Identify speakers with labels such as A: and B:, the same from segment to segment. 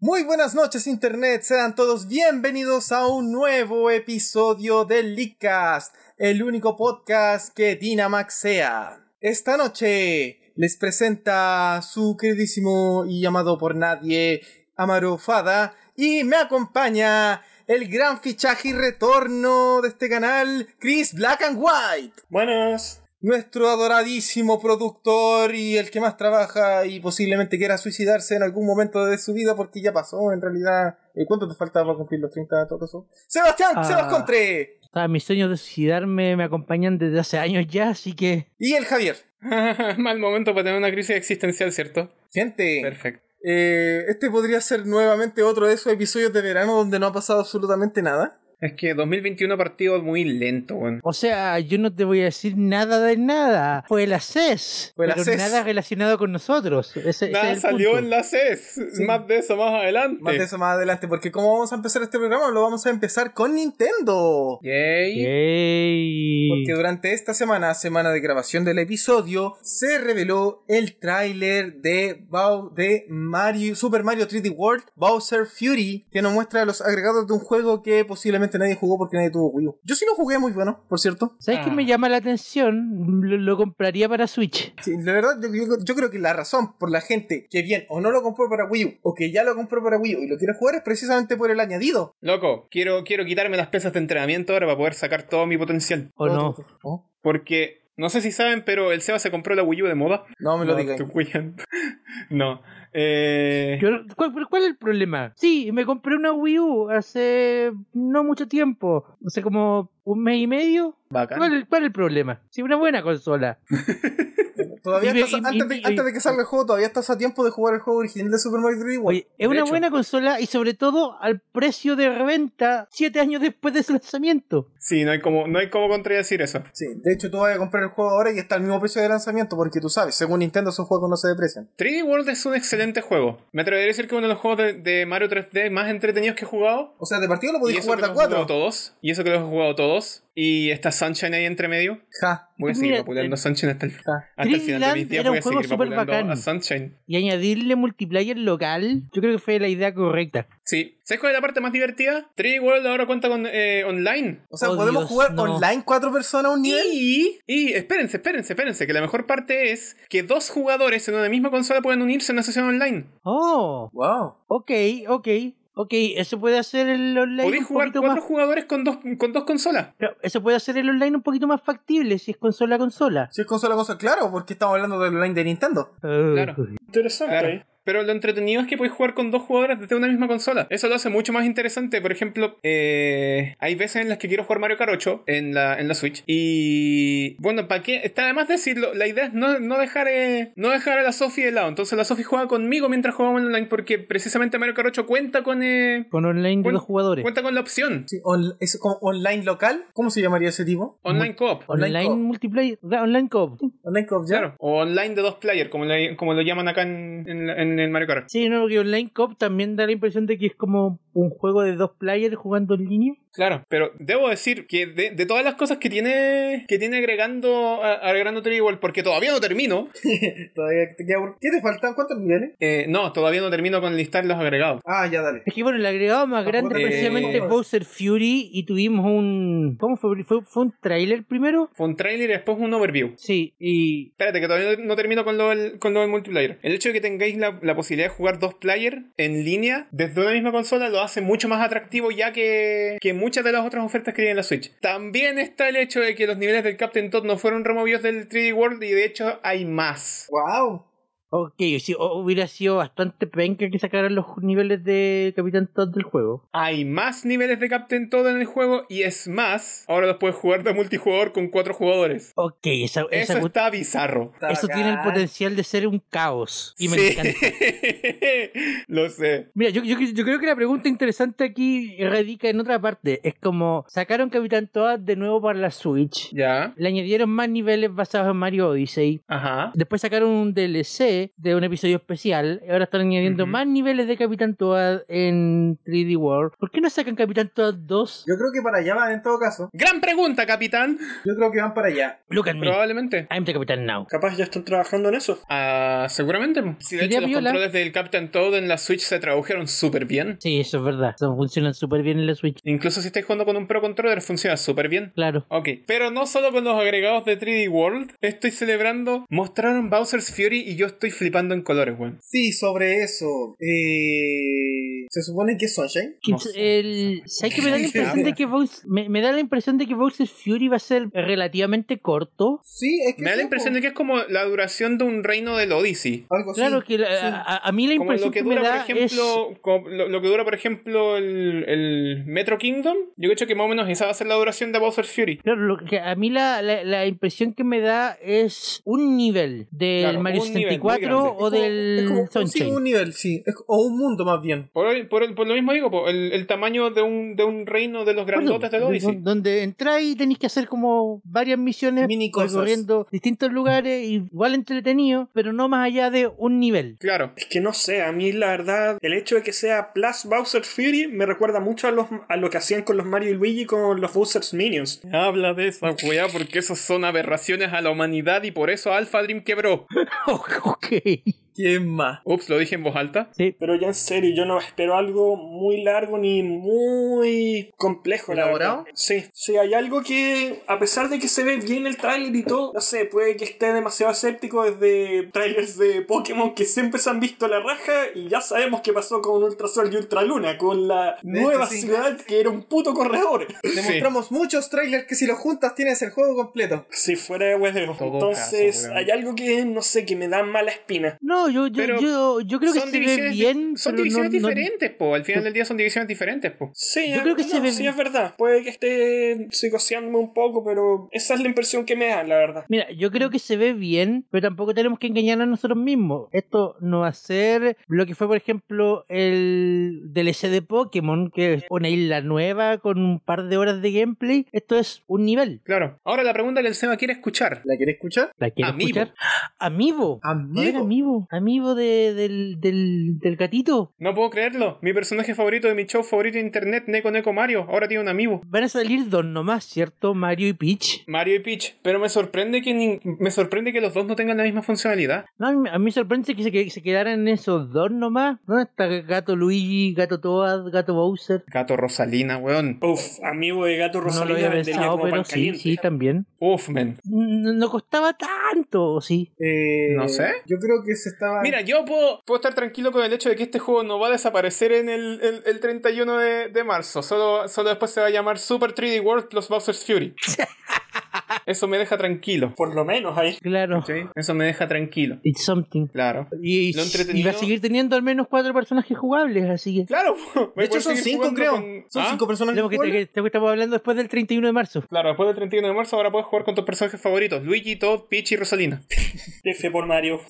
A: Muy buenas noches Internet, sean todos bienvenidos a un nuevo episodio de Leakcast, el único podcast que Dinamaxea. Esta noche les presenta su queridísimo y amado por nadie, Amaro Fada, y me acompaña el gran fichaje y retorno de este canal, Chris Black and White.
B: Buenas.
A: Nuestro adoradísimo productor y el que más trabaja y posiblemente quiera suicidarse en algún momento de su vida porque ya pasó en realidad. ¿Y ¿Cuánto te falta para cumplir los 30 todo eso? Sebastián,
C: Ah.
A: Sebas Contre
C: O sea, mis sueños de suicidarme me acompañan desde hace años ya, así que
A: y el Javier.
B: Mal momento para tener una crisis existencial, ¿cierto?
A: Gente,
B: Perfecto.
A: eh, este podría ser nuevamente otro de esos episodios de verano donde no ha pasado absolutamente nada.
B: Es que 2021 ha partido muy lento, weón.
C: O sea, yo no te voy a decir nada de nada. Fue la CES.
A: Fue la
C: pero
A: CES.
C: nada relacionado con nosotros. Ese- ese
B: E Nada
C: es el
B: salió
C: punto.
B: en la CES. Más de eso más adelante.
A: Más de eso más adelante, porque como vamos a empezar este programa, lo vamos a empezar con Nintendo.
B: Yay.
C: Yay.
A: Porque durante esta semana, semana de grabación del episodio, se reveló el tráiler de, Bau- de Mario, Super Mario 3D World Bowser Fury, que nos muestra los agregados de un juego que posiblemente nadie jugó porque nadie tuvo Wii U. Yo sí lo jugué muy bueno, por cierto.
C: ¿Sabes qué
B: Ah.
C: me llama la atención? Lo, lo compraría para Switch.
A: Sí, la verdad, yo, yo- yo creo que la razón por la gente que bien o no lo compró para Wii U o que ya lo compró para Wii U y lo quiere jugar es precisamente por el añadido.
B: Loco, quiero, quiero quitarme las pesas de entrenamiento ahora para poder sacar todo mi potencial.
C: ¿O no?
A: Oh.
B: Porque, no sé si saben, pero el Seba se compró la Wii U de moda.
A: No me lo
B: No,
A: digan.
B: estoy cuidando. no. Eh,
C: Yo- ¿cuál, pero ¿Cuál es el problema? Sí, me compré una Wii U hace no mucho tiempo. Hace como un mes y medio.
B: Bacán.
C: ¿Cuál, cuál es el problema? Sí, una buena consola.
A: Todavía
C: Y-
A: estás-
C: y-
A: antes, de,
C: y-
A: antes de que salga el juego, todavía estás a tiempo de jugar el juego original de Super Mario 3D World.
C: Oye, es
B: de
C: una
B: hecho.
C: buena consola y sobre todo al precio de reventa siete años después de su lanzamiento.
B: Sí, no hay como, no hay como contradecir eso.
A: Sí, de hecho tú vas a comprar el juego ahora y está al mismo precio de lanzamiento porque tú sabes, según Nintendo esos juegos no se deprecian.
B: 3D World es un excelente juego. Me atrevería a decir que uno de los juegos de, de Mario 3D más entretenidos que he jugado.
A: O sea, de partido lo
B: y
A: podéis
B: eso
A: jugar
B: que
A: de a
B: los he jugado
A: 4.
B: todos. Y eso que los he jugado todos. Y está Sunshine ahí entre medio.
A: Ja,
B: Voy
C: Mira,
B: a seguir populando
C: eh,
B: Sunshine hasta el,
A: ja.
B: hasta el final de mis
C: Dreamland
B: días.
C: era
B: Voy
C: un
B: a
C: juego
B: seguir
C: súper
B: populando
C: bacán.
B: a Sunshine.
C: Y añadirle multiplayer local, yo creo que fue la idea correcta.
B: Sí. ¿Sabes cuál es la parte más divertida? 3D World ahora cuenta con eh, online.
A: O sea,
C: Oh,
A: podemos
C: Dios,
A: jugar
C: no.
A: online cuatro personas a un nivel.
B: Y, y espérense, espérense, espérense, que la mejor parte es que dos jugadores en una misma consola pueden unirse en una sesión online.
C: Oh,
A: Wow.
C: ok, ok, ok. Eso puede hacer el online
B: Podéis
C: un
B: jugar
C: poquito
B: cuatro
C: más.
B: jugadores con dos, con dos consolas.
C: Pero Eso puede hacer el online un poquito más factible si es consola a consola.
A: Si es consola consola, claro, porque estamos hablando del online de Nintendo.
B: Claro.
D: Interesante.
B: Claro. Pero lo entretenido es que podéis jugar con dos jugadores desde una misma consola. Eso lo hace mucho más interesante. Por ejemplo, eh, hay veces en las que quiero jugar Mario Kart 8 en la, en la Switch. Y bueno, ¿para qué? Está además decirlo. La idea es no, no dejar, eh, no dejar a la Sophie de lado. Entonces la Sophie juega conmigo mientras jugamos online porque precisamente Mario Kart 8 cuenta con, eh,
C: Con online de
B: Cuen-
C: dos jugadores.
B: cuenta con la opción.
A: Sí, on- es como online local. ¿Cómo se llamaría ese tipo?
B: Online co-op.
A: online
C: Online,
A: co-op.
C: multiplayer, ra- online co
A: Online co
B: Claro. O online de dos player, como, le- como lo llaman acá en, en la- en el Mario Kart.
C: Sí, no, porque online co también da la impresión de que es como un juego de dos players jugando en línea.
B: Claro, pero debo decir que de, de todas las cosas que tiene que tiene agregando a- agregando 3D World, porque todavía no termino,
A: Todavía te queda por- ¿Qué te faltan? ¿Cuántos niveles?
B: eh, no, todavía no termino con listar los agregados.
A: Ah, ya dale.
C: Es que bueno, el agregado más
A: Tampoco
C: grande
B: te-
C: precisamente
B: Eh,
C: es Bowser Fury y tuvimos un... ¿Cómo fue? ¿Fue, fue un tráiler primero?
B: Fue un trailer y después un overview.
C: Sí, y...
B: Espérate, que todavía no, no termino con lo, del, con lo del multiplayer. El hecho de que tengáis la, la posibilidad de jugar dos player en línea desde una misma consola lo hace mucho más atractivo ya que, que muchas de las otras ofertas que tiene la Switch. También está el hecho de que los niveles del Captain Todd no fueron removidos del 3D World y de hecho hay más.
A: Wow.
C: Ok, sí, o- hubiera sido bastante penca que sacaran los niveles de Capitán Todd del juego.
B: Hay más niveles de Captain Toad en el juego y es más, ahora los puedes jugar de multijugador con cuatro jugadores.
C: Ok, esa, esa
B: Eso
C: cu-
B: está bizarro.
A: Está
C: eso tiene el
A: bacán.
C: potencial de ser un caos. Y me
B: Sí.
C: encanta.
B: Lo sé.
C: Mira, yo, yo, yo creo que la pregunta interesante aquí radica en otra parte. Es como, sacaron Capitán Todd de nuevo para la Switch.
B: Ya.
C: Le añadieron más niveles basados en Mario Odyssey.
B: Ajá.
C: Después sacaron un DLC parte de un episodio especial. Ahora están añadiendo
B: Ujú.
C: más niveles de Capitán Toad en 3D World. ¿Por qué no sacan Capitán Toad 2?
A: Yo creo que para allá van en todo caso.
B: Gran pregunta, capitán.
A: Yo creo que van para allá.
C: Look at me.
B: Probablemente.
C: I'm the Capitán now.
D: Capaz ya están trabajando en eso.
B: Ah, seguramente. Sí, de
C: Sería
B: hecho, los
C: piola.
B: controles del Captain Toad en la Switch se tradujeron súper bien.
C: Sí, eso es verdad. Son- Funcionan súper bien en la Switch.
B: Incluso si estáis jugando con un Pro Controller, funciona súper bien.
C: Claro.
B: Ok, pero no solo con los agregados de 3D World, estoy celebrando. Mostraron Bowser's Fury y yo estoy flipando en colores, weón.
A: Sí, sobre eso. eh, ¿Se supone que es Sunshine?
C: Que
B: No
C: es
B: sé.
C: el- ¿Sabes que me da la impresión de que Bowser, me, me da la impresión de que Bowser Fury va a ser relativamente corto?
A: Sí, es que.
B: Me da la impresión de que es como la duración de un reino del Odyssey.
A: Algo
C: Claro
A: así.
C: que eh, la-
A: sí.
C: a, a mí la
B: Como
C: impresión
B: lo
C: que,
B: que
C: me
B: dura, por
C: da
B: ejemplo, como lo, lo que dura, por ejemplo, el, el Metro Kingdom. Yo creo que más o menos esa va a ser la duración de Bowser's Fury.
C: es claro, lo que a mí la, la, la impresión que me da es un nivel del
B: Claro,
C: Mario
B: un nivel muy
C: 64
B: grande.
C: o
A: Es como-
C: del
A: es como- sí,
C: Sunshine.
A: un nivel, sí. Es- o un mundo más bien.
B: Por, por- por lo mismo digo, po, el, el tamaño de un, de un reino de los grandotes del
C: Perdón,
B: Odyssey.
C: Donde entráis y tenéis que hacer como varias misiones
A: Mini cosas.
C: recorriendo distintos lugares, igual entretenido, pero no más allá de un nivel.
B: Claro.
D: Es que no sé, a mí la verdad, el hecho de que sea Plus Bowser Fury me recuerda mucho a, los, a lo que hacían con los Mario y Luigi con los Bowser's Minions.
B: Habla de esa weá porque esas son aberraciones a la humanidad y por eso Alpha Dream quebró.
C: ok.
A: ¿Quién más?
B: Ups, lo dije en voz alta.
D: Pero ya en serio, yo no espero algo muy largo ni muy complejo. la
A: ¿Elaborado?
D: verdad. Sí, sí, hay algo que, a pesar de que se ve bien el tráiler y todo, no sé, puede que esté demasiado escéptico desde trailers de Pokémon que siempre se han visto la raja y ya sabemos qué pasó con Ultra Sol y Ultra Luna, con la
A: De hecho,
D: nueva
A: sí.
D: ciudad que era un puto corredor.
A: Te mostramos muchos trailers que si los juntas tienes el juego completo.
D: Si fuera de hueveo.
B: Todo
D: Entonces,
B: caso, weón.
D: hay algo que no sé, que me da mala espina.
C: No, yo, yo,
B: Pero
C: yo, yo creo que
B: son
C: se ve
B: divisiones,
C: bien. pero
B: son
C: no-
B: divisiones
C: no-
B: diferentes, po. Al final del día son divisiones diferentes, po.
D: Sí,
C: Yo creo que
D: no,
C: se ve-
D: sí es verdad. Puede que esté psicoseándome un poco, pero esa es la impresión que me da, la verdad.
C: Mira, yo creo que se ve bien, pero tampoco tenemos que engañarnos a nosotros mismos. Esto no va a ser lo que fue, por ejemplo, el DLC de Pokémon, que es una isla nueva con un par de horas de gameplay. Esto es un nivel.
B: Claro. Ahora la pregunta que el Seba quiere escuchar.
A: ¿La querés escuchar?
C: ¿La quiero
B: Amiibo.
C: escuchar? ¡Amiibo! Va a haber
A: Amigo.
C: amiibo. Amiibo de- del, del, del gatito.
B: No puedo creerlo. Mi personaje favorito de mi show favorito de internet, Neko Neko Mario, ahora tiene un amigo.
C: Van a salir dos nomás, ¿cierto? Mario y Peach.
B: Mario y Peach. Pero me sorprende que nin- me sorprende que los dos no tengan la misma funcionalidad.
C: No, a mí- a mí me sorprende que se, que se quedaran esos dos nomás. ¿Dónde está Gato Luigi, Gato Toad, Gato Bowser?
B: Gato Rosalina, weón.
D: Uf, amigo de gato
C: No lo
D: Rosalina
C: había
D: vendería
C: pensado,
D: como
C: pero
D: pan
C: sí,
D: caliente.
C: sí, también.
B: Uf, man.
C: No, no costaba tanto, ¿o sí.
A: Eh,
B: No sé.
A: Yo creo que se estaba.
B: Mira, yo puedo, puedo estar tranquilo con el hecho de que este juego no va a desaparecer en el, el- el 31 de, de marzo. Solo, solo después se va a llamar Super 3D World Plus Bowser's Fury. Eso me deja tranquilo.
D: Por lo menos ahí.
C: Claro.
B: ¿cachai? Eso me deja tranquilo.
C: It's something.
B: Claro.
C: Y,
B: Lo entretenido-
C: y va a seguir teniendo al menos cuatro personajes jugables, así que...
B: Claro.
A: de hecho, son cinco, creo.
B: ¿Ah?
A: Son cinco personas
C: Lo que, te- que- lo que estamos hablando después del 31 de marzo.
B: Claro, después del 31 de marzo ahora puedes jugar con tus personajes favoritos. Luigi, Todd, Peach y Rosalina.
D: F por Mario.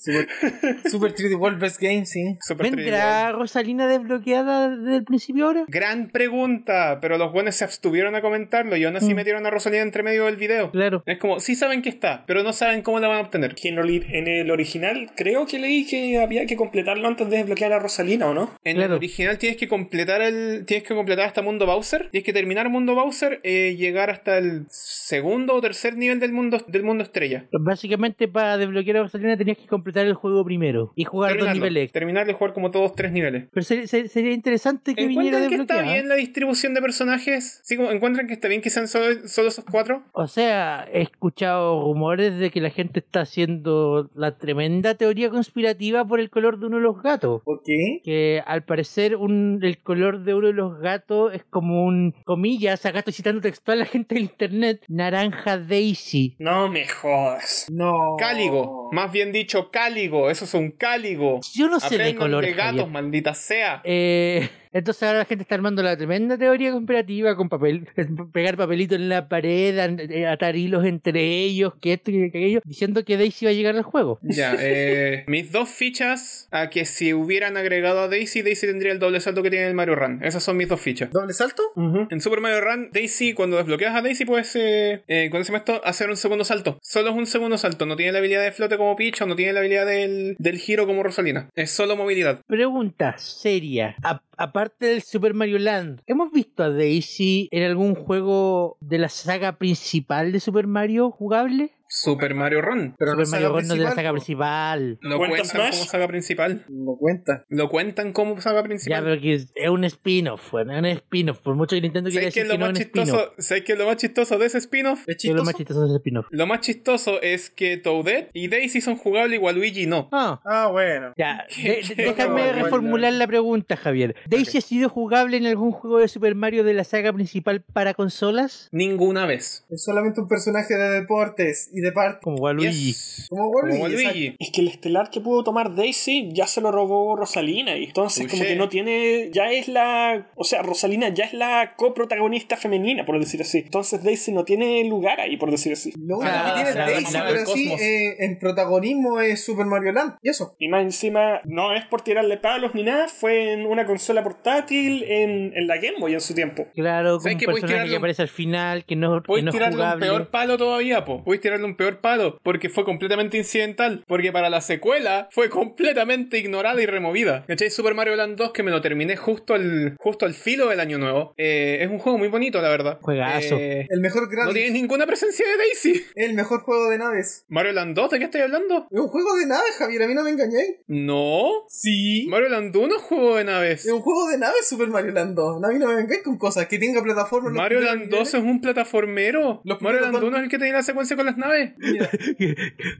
A: Super 3D World Best Game, sí.
B: Super 3D World.
C: ¿Vendrá Rosalina desbloqueada desde el principio ahora?
B: Gran pregunta, pero los buenos se abstuvieron a comentarlo y aún así
C: Mm.
B: metieron a Rosalina entre medio del video.
C: Claro.
B: Es como, sí saben que está, pero no saben cómo la van a obtener.
D: Que no leí- en el original creo que leí que había que completarlo antes de desbloquear a Rosalina, ¿o no?
B: En
C: Claro.
B: el original tienes que completar el. Tienes que completar hasta Mundo Bowser. Tienes que terminar Mundo Bowser, eh, llegar hasta el segundo o tercer nivel del mundo, del mundo estrella.
C: Básicamente para desbloquear a Rosalina tenías que completar el juego primero y jugar dos
B: Terminarlo.
C: niveles.
B: Terminarlo y jugar como todos tres niveles.
C: Pero ser- ser- sería, interesante que viniera
B: ¿Encuentran que está
C: desbloqueada.
B: bien la distribución de personajes? ¿Sí, como, ¿Encuentran que está bien que sean solo, solo esos cuatro?
C: O sea, he escuchado rumores de que la gente está haciendo la tremenda teoría conspirativa por el color de uno de los gatos.
A: ¿Por qué?
C: Que al parecer un, el color de uno de los gatos es como un, comillas, acá estoy citando textual a la gente del internet, naranja Daisy.
D: No me jodas.
A: No.
B: Cáligo. Más bien dicho, cáligo. Eso es un cáligo.
C: Yo no sé de
B: Aprendan
C: colores.
B: de gatos,
C: Javier.
B: maldita sea.
C: Eh, entonces ahora la gente está armando la tremenda teoría comparativa con papel, pegar papelitos en la pared, an- eh, atar hilos entre ellos, que esto y que aquello, diciendo que Daisy va a llegar al juego.
B: Ya, eh, mis dos fichas a que si hubieran agregado a Daisy, Daisy tendría el doble salto que tiene el Mario Run. Esas son mis dos fichas.
A: ¿Doble salto?
B: En Super Mario Run, Daisy, cuando desbloqueas a Daisy, puedes, eh, eh, ¿cómo se llama esto? Hacer un segundo salto. Solo es un segundo salto, no tiene la habilidad de flote como Peach o no tiene la habilidad del, del giro como Rosalina. Es solo movilidad.
C: Pregunta seria. A- aparte del Super Mario Land, ¿hemos visto a Daisy en algún juego de la saga principal de Super Mario jugable?
B: Super Mario Run.
A: Pero
C: Super
A: la saga
C: Mario Bros. no es de la saga
A: principal,
C: principal.
B: Lo
D: ¿Cuenta
B: cuentan
D: Smash?
B: como saga principal.
A: No cuenta.
B: Lo cuentan como saga
C: Ya,
B: principal.
C: pero que es es un spin-off, bueno, es un spin-off. Por mucho que Nintendo quiera
B: ¿Sabes qué
C: decir
B: es
C: que
B: lo
C: no es
B: más
C: un spin-off.
B: chistoso? ¿Sabes qué es lo más chistoso de ese spin-off?
A: ¿Es
C: ¿Qué Es lo
A: chistoso?
C: más chistoso de ese spin-off.
B: Lo más chistoso es que Toadette y Daisy son jugables y Waluigi no.
C: Ah,
A: Ah, bueno.
C: ya.
B: ¿Qué-
C: de-
B: qué-
C: déjame
A: bueno,
C: reformular la pregunta, Javier. ¿Daisy ha sido jugable en algún juego de Super Mario de la saga principal para consolas?
B: Ninguna vez.
A: Es solamente un personaje de deportes y de parte.
C: Como Waluigi.
B: Yes.
A: Como
B: Como
A: Waluigi. exacto.
B: Waluigi.
D: Es que el estelar que pudo tomar Daisy ya se lo robó Rosalina y entonces como
B: Touché.
D: que no tiene, ya es la, o sea, Rosalina ya es la coprotagonista femenina, por decir así. Entonces Daisy no tiene lugar ahí, por decir así.
A: Lo único
C: Ah,
A: que tiene
C: la-
A: Daisy,
C: la-
B: el
A: pero sí,
B: cosmos.
A: eh, en protagonismo es Super Mario Land. Y eso.
D: Y más encima, no es por tirarle palos ni nada, fue en una consola portátil en, en la Game Boy en su tiempo.
C: Claro, como
B: ¿Sabes
C: un
B: que puedes
C: personaje
B: tirarle
C: que
B: un-
C: aparece al final, que no, que
B: Puedes
C: no es
B: tirarle
C: jugable.
B: un peor palo todavía, po. Puedes tirarle un peor palo porque fue completamente incidental. Porque para la secuela fue completamente ignorada y removida. ¿Cachai? Super Mario Land 2, que me lo terminé justo al, justo al filo del año nuevo. Eh, es un juego muy bonito, la verdad.
C: Juegazo.
B: Eh,
A: El mejor
B: no
A: gratis.
B: tiene ninguna presencia de Daisy.
A: El mejor juego de naves.
B: ¿Mario Land 2? ¿De qué estoy hablando?
A: Es un juego de naves, Javier. A mí no me engañé.
B: No.
A: Sí.
B: Mario Land 1 es juego de naves.
A: Es un juego de naves Super Mario Land 2. A mí no me engañé con cosas. Que tenga plataforma. en los
B: Mario
A: primeros
B: Land 2 es
A: niveles.
B: un plataformero.
A: ¿eh? Los
B: Mario
A: primeros
B: Land
A: dos-
B: 1 es el que tenía la secuencia con las naves.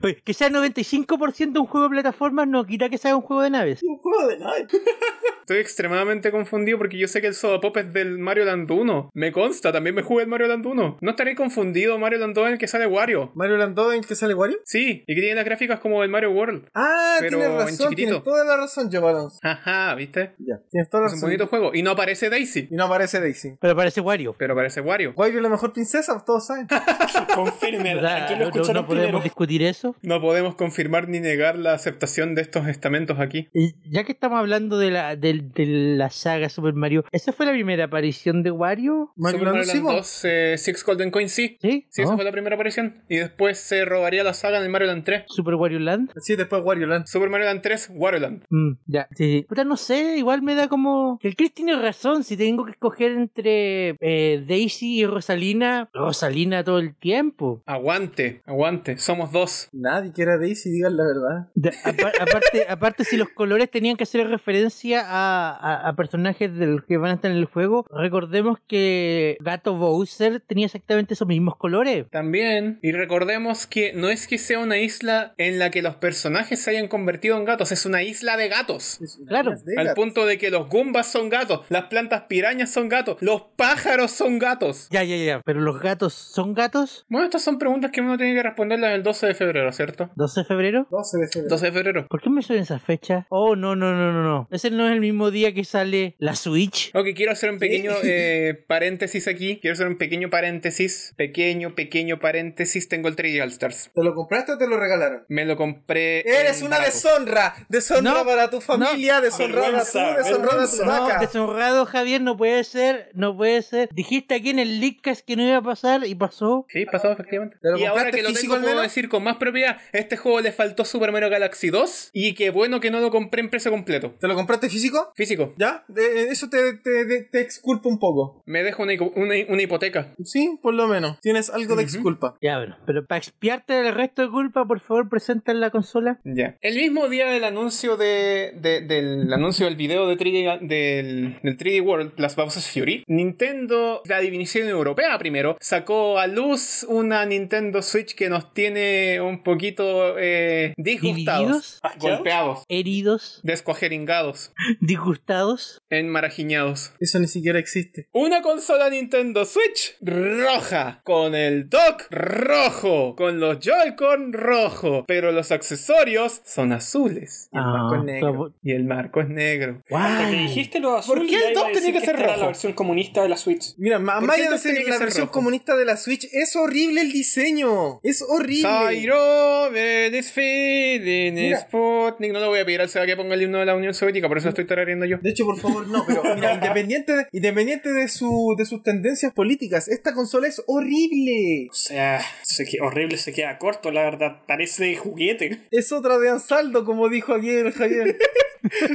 C: Oye, que sea 95% un juego de plataformas no quita que sea un juego de naves.
A: Es un juego de naves.
B: Estoy extremadamente confundido porque yo sé que el Soda Pop es del Mario Land 1. Me consta, también me jugué el Mario Land 1. No estaré confundido Mario Land 2 en el que sale Wario.
A: Mario Land 2 en que sale Wario.
B: Sí, y que tiene las gráficas como el Mario World.
A: Ah,
B: Pero
A: tienes
B: en
A: razón.
B: chiquitito.
A: Tienes toda la razón, Giovanni.
B: Ajá, ¿viste?
A: Ya. Tienes toda la
B: Es un
A: razón.
B: bonito juego. Y no aparece Daisy,
A: Y no aparece Daisy.
C: Pero parece Wario.
B: pero aparece Wario.
A: Wario es la mejor princesa, todos saben.
D: Confirme,
C: O sea,
D: aquí lo
C: no,
D: escucharon
C: no podemos
D: primero.
C: discutir eso.
B: No podemos confirmar ni negar la aceptación de estos estamentos aquí.
C: Y Ya que estamos hablando de la, de, de la saga Super Mario, ¿esa fue la primera aparición de Wario?
A: Mario
B: Super
A: Land
B: Mario
A: sí,
B: Land
A: po.
B: 2, eh, Six Golden Coins, sí.
C: Sí,
B: Sí,
C: ¿no?
B: esa fue la primera aparición. Y después se robaría la saga en el Mario Land 3.
C: Super Wario Land.
A: Sí, después Wario Land.
B: Super Mario Land 3, Wario Land.
C: Mm, ya, sí, sí. Puta, no sé, igual me da como. que El Chris tiene razón, si tengo que escoger entre eh, Daisy y Rosalina, Rosalina todo el tiempo.
B: Aguante, aguante. Somos dos.
A: Nadie quiere a Daisy, digan la verdad.
C: De- apar- aparte, aparte, si los colores tenían que hacer referencia a, a- a personajes de los que van a estar en el juego, recordemos que Gato Bowser tenía exactamente esos mismos colores.
B: También, y recordemos que no es que sea una isla en la que los personajes se hayan convertido en gatos, es una isla de gatos.
A: Es una
C: Claro,
A: de
B: Al
A: gato.
B: punto de que los gumbas son gatos, las plantas pirañas son gatos, los pájaros son gatos.
C: Ya, ya, ya. Pero los gatos son gatos.
B: Bueno, estas son preguntas que uno tiene que responderlas el 12 de febrero, ¿cierto?
C: 12 de febrero.
A: 12 de febrero.
B: 12 de febrero.
C: ¿Por qué me suena esa fecha? Oh, no, no, no, no, no. Ese no es el mismo día que sale la Switch.
B: Ok, quiero hacer un pequeño eh, paréntesis aquí. Quiero hacer un pequeño paréntesis. Pequeño, pequeño paréntesis. Tengo el Trial Stars.
A: ¿Te lo compraste o te lo regalaron?
B: Me lo compré.
A: Eres
B: en
A: una
B: barato.
A: deshonra. Deshonra
C: Eh, No,
A: para tu familia, deshonrada tú,
D: Vergüenza,
A: deshonrada tu
D: vergüenza.
C: No,
A: vaca.
C: deshonrado Javier, no puede ser, no puede ser. Dijiste aquí en el Leadcast que no iba a pasar y pasó.
B: Sí, pasó efectivamente.
A: ¿Pero
B: Y ahora
A: compraste
B: que lo
A: físico
B: tengo,
A: al
B: puedo
A: menos?
B: decir con más propiedad: este juego le faltó Super Mario Galaxy 2 y qué bueno que no lo compré en precio completo.
A: ¿Te lo compraste físico?
B: Físico.
A: ¿Ya? De- eso te, te, te- te exculpa un poco.
B: Me dejo una, hico- una- una hipoteca.
A: Sí, por lo menos. Tienes algo de exculpa.
C: Ya, bueno, pero para expiarte del resto de culpa, por favor, presenta en la consola.
B: Ya. El mismo día del anuncio de, de- del anuncio del video de 3D, del, del 3D World, las Bowser's Fury, Nintendo, la división europea primero, sacó a luz una Nintendo Switch que nos tiene un poquito eh, disgustados,
C: Divididos,
D: Ah,
B: golpeados,
C: heridos,
B: descuajeringados,
C: disgustados.
B: enmarajiñados.
A: Eso ni siquiera existe.
B: Una consola Nintendo Switch roja, con el dock rojo, con los Joy-Con rojo, pero los accesorios son azules
A: Y el
C: Ah,
A: marco es negro.
C: todo-
B: y el marco es negro.
C: Guay,
D: Te dijiste lo azul
B: ¿Por qué
D: y
B: el
D: ahí
B: dos
D: va a
B: tenía
D: decir
B: que ser
D: esta era
B: rojo?
D: la versión comunista de la Switch.
A: Mira, ma-
B: ¿Por qué
A: más allá de
B: entonces
A: ser
B: tiene que
A: la
B: ser
A: versión
B: rojo?
A: comunista de la Switch, es horrible el diseño. Es horrible.
B: Zairo, eh, this feeling is
A: Mira.
B: Sputnik. No lo voy a pedir al Seba que ponga el himno de la Unión Soviética, por eso lo estoy tarareando yo.
A: De hecho, por favor, no, pero mira, independiente, de, independiente de, su, de sus tendencias políticas, esta consola es horrible.
D: O sea, se que- horrible se queda corto, la verdad. Parece juguete.
A: Es otra de Ansaldo, como dijo ayer Javier.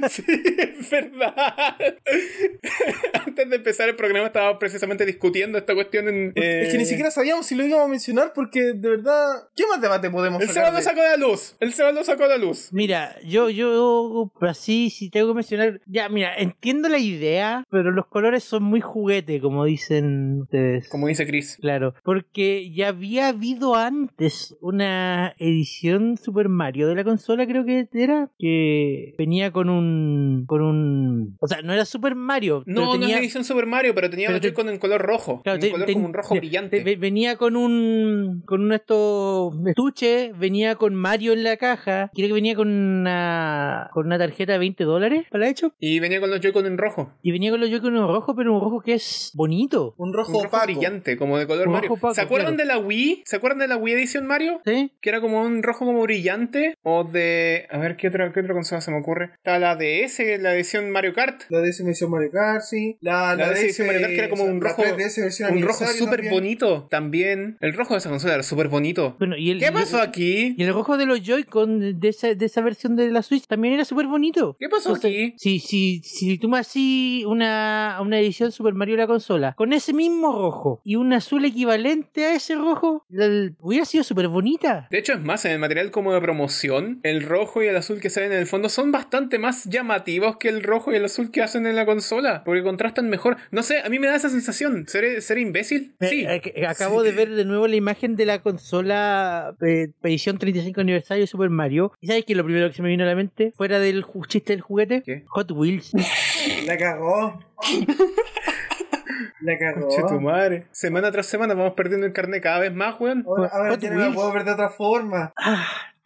B: Sí, es verdad. Antes de empezar el programa estaba precisamente discutiendo esta cuestión en...
A: Es que ni
B: eh,
A: siquiera sabíamos si lo íbamos a mencionar porque, de verdad, ¿qué más debate podemos
B: El Seba
A: sacar?
B: lo
A: de-
B: sacó de la luz. El Seba lo sacó de la luz.
C: Mira, yo, yo, así, si tengo que mencionar, ya, mira, entiendo la idea, pero los colores son muy juguete, como dicen ustedes.
B: Como dice Chris.
C: Claro, porque ya había habido antes una edición Super Mario de la consola, creo que era, que venía con un, con un, o sea, no era Super Mario, pero
B: No, no
C: tenía-
B: es edición Super Mario, pero tenía
C: pero
B: los
C: te-
B: Joy-Con en color rojo.
C: Claro,
B: en
C: te-
B: color
C: te-
B: como un rojo
C: te-
B: brillante.
C: ve- venía con un con un estos estuche, venía con Mario en la caja, creo que venía con una con una tarjeta de 20 dólares para hecho
B: y venía con los Joy-Con en rojo.
C: y venía con los Joy-Con en rojo, pero un rojo que es bonito,
A: Un
B: Un
A: rojo
B: rojo
A: opaco.
B: brillante, como de color
C: Un
B: Mario.
C: rojo opaco,
B: ¿Se acuerdan
C: claro.
B: de la Wii? ¿Se acuerdan de la Wii edición Mario?
C: ¿sí?
B: Que era como un rojo como brillante. O de. A ver, ¿qué otra, qué otra consola se me ocurre? Está la DS, la edición Mario Kart.
A: La DS versión Mario Kart, sí. La,
B: La
A: la,
B: DS versión Mario Kart, que era como un
A: la
B: rojo-
A: 3DS versión
B: Un rojo
A: aniversario
B: súper
A: también.
B: bonito también. El rojo de esa consola era súper bonito.
C: Bueno, y el
B: ¿Qué pasó aquí?
C: Y el rojo de los Joy-Con de esa, de esa versión de la Switch también era súper bonito.
B: ¿Qué pasó aquí?
C: Si, si, si tú me así una, una edición Super Mario de la consola, con ese mismo rojo y un azul equivalente a ese rojo, la- hubiera sido súper bonita.
B: De hecho, es más, en el material como de promoción, el rojo y el azul que salen en el fondo son bastante más llamativos que el rojo y el azul que hacen en la consola, porque contrastan mejor. No sé, a mí me da esa sensación. ¿Seré, seré imbécil? Sí.
C: Eh, eh, Acabo de ver de nuevo la imagen de la consola eh, edición 35 aniversario de Super Mario. ¿Y sabes qué? es Lo primero que se me vino a la mente, fuera del ju- chiste del juguete,
B: ¿Qué?
C: Hot Wheels.
A: La cagó. la
B: Conche tu
A: cagó.
B: madre. Semana tras semana vamos perdiendo el carnet cada vez más, weón.
A: Ahora, ahora
C: Hot
A: ya no la
C: Wheels.
A: puedo ver de otra forma.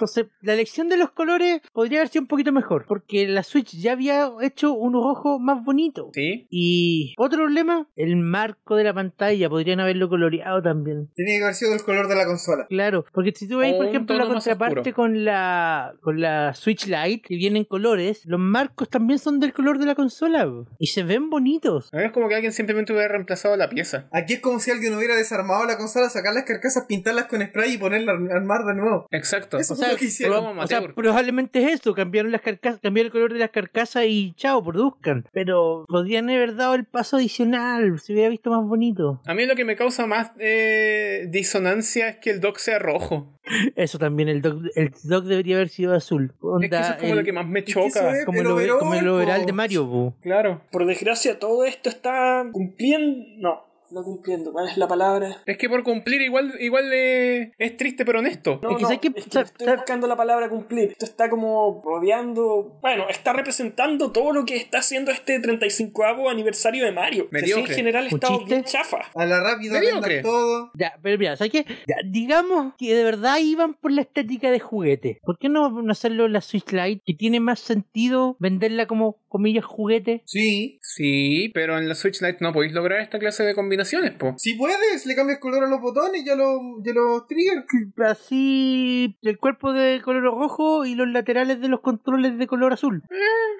C: Entonces, la elección de los colores podría haber sido un poquito mejor, porque la Switch ya había hecho un rojo más bonito.
B: Sí.
C: Y otro problema, el marco de la pantalla, podrían haberlo coloreado también.
A: Tenía que haber sido el color de la consola.
C: Claro, porque si tú ves,
B: O
C: por
B: un
C: ejemplo, la
B: tono más
C: contraparte
B: oscuro.
C: con la con la Switch Lite, que vienen colores, los marcos también son del color de la consola bo, y se ven bonitos.
B: A ver, es como que alguien simplemente hubiera reemplazado la pieza.
A: Aquí es como si alguien hubiera desarmado la consola, sacar las carcasas, pintarlas con spray y ponerla a armar de nuevo.
B: Exacto.
A: Eso
C: O sea,
A: es lo que
B: lo
A: hicieron.
B: vamos a
C: O sea,
B: amateur.
C: probablemente es eso, cambiaron las carcasas, cambiaron el color de las carcasas y chao, produzcan. Pero podrían haber dado el paso adicional, se hubiera visto más bonito.
B: A mí lo que me causa más eh, disonancia es que el dock sea rojo.
C: Eso también, el dock, el dock debería haber sido azul.
B: es que eso es
C: Onda,
B: como
C: el-
B: lo que más me
A: que eso
B: choca.
A: es-
C: como
A: el
C: el, over-
A: overall,
C: como el overall
A: po.
C: de Mario, po.
B: Claro.
D: Por desgracia, todo esto está cumpliendo. No, no cumpliendo. ¿Cuál es la palabra?
B: Es que por cumplir igual, igual eh, es triste pero honesto.
D: No,
C: Es que
D: no,
C: sé que-
D: es que estoy buscando la palabra cumplir. Esto está como rodeando. Bueno, está representando todo lo que está haciendo este 35 aniversario de Mario. Que sí, en
B: Mediocre.
D: general
C: ¿Un
D: está
C: chiste?
D: bien chafa.
A: A la rápida
B: Mediocre.
A: vendan todo.
C: Ya, pero mira, ¿sabes qué? Ya, digamos que de verdad iban por la estética de juguete. ¿Por qué no no hacerlo en la Switch Lite? Que tiene más sentido venderla como, comillas, juguete.
A: Sí.
B: Sí, pero en la Switch Lite no podéis lograr esta clase de combinaciones, po.
A: Si puedes, le cambias color a los botones y a los, y a los triggers.
C: Así, el cuerpo de color rojo y los laterales de los controles de color azul.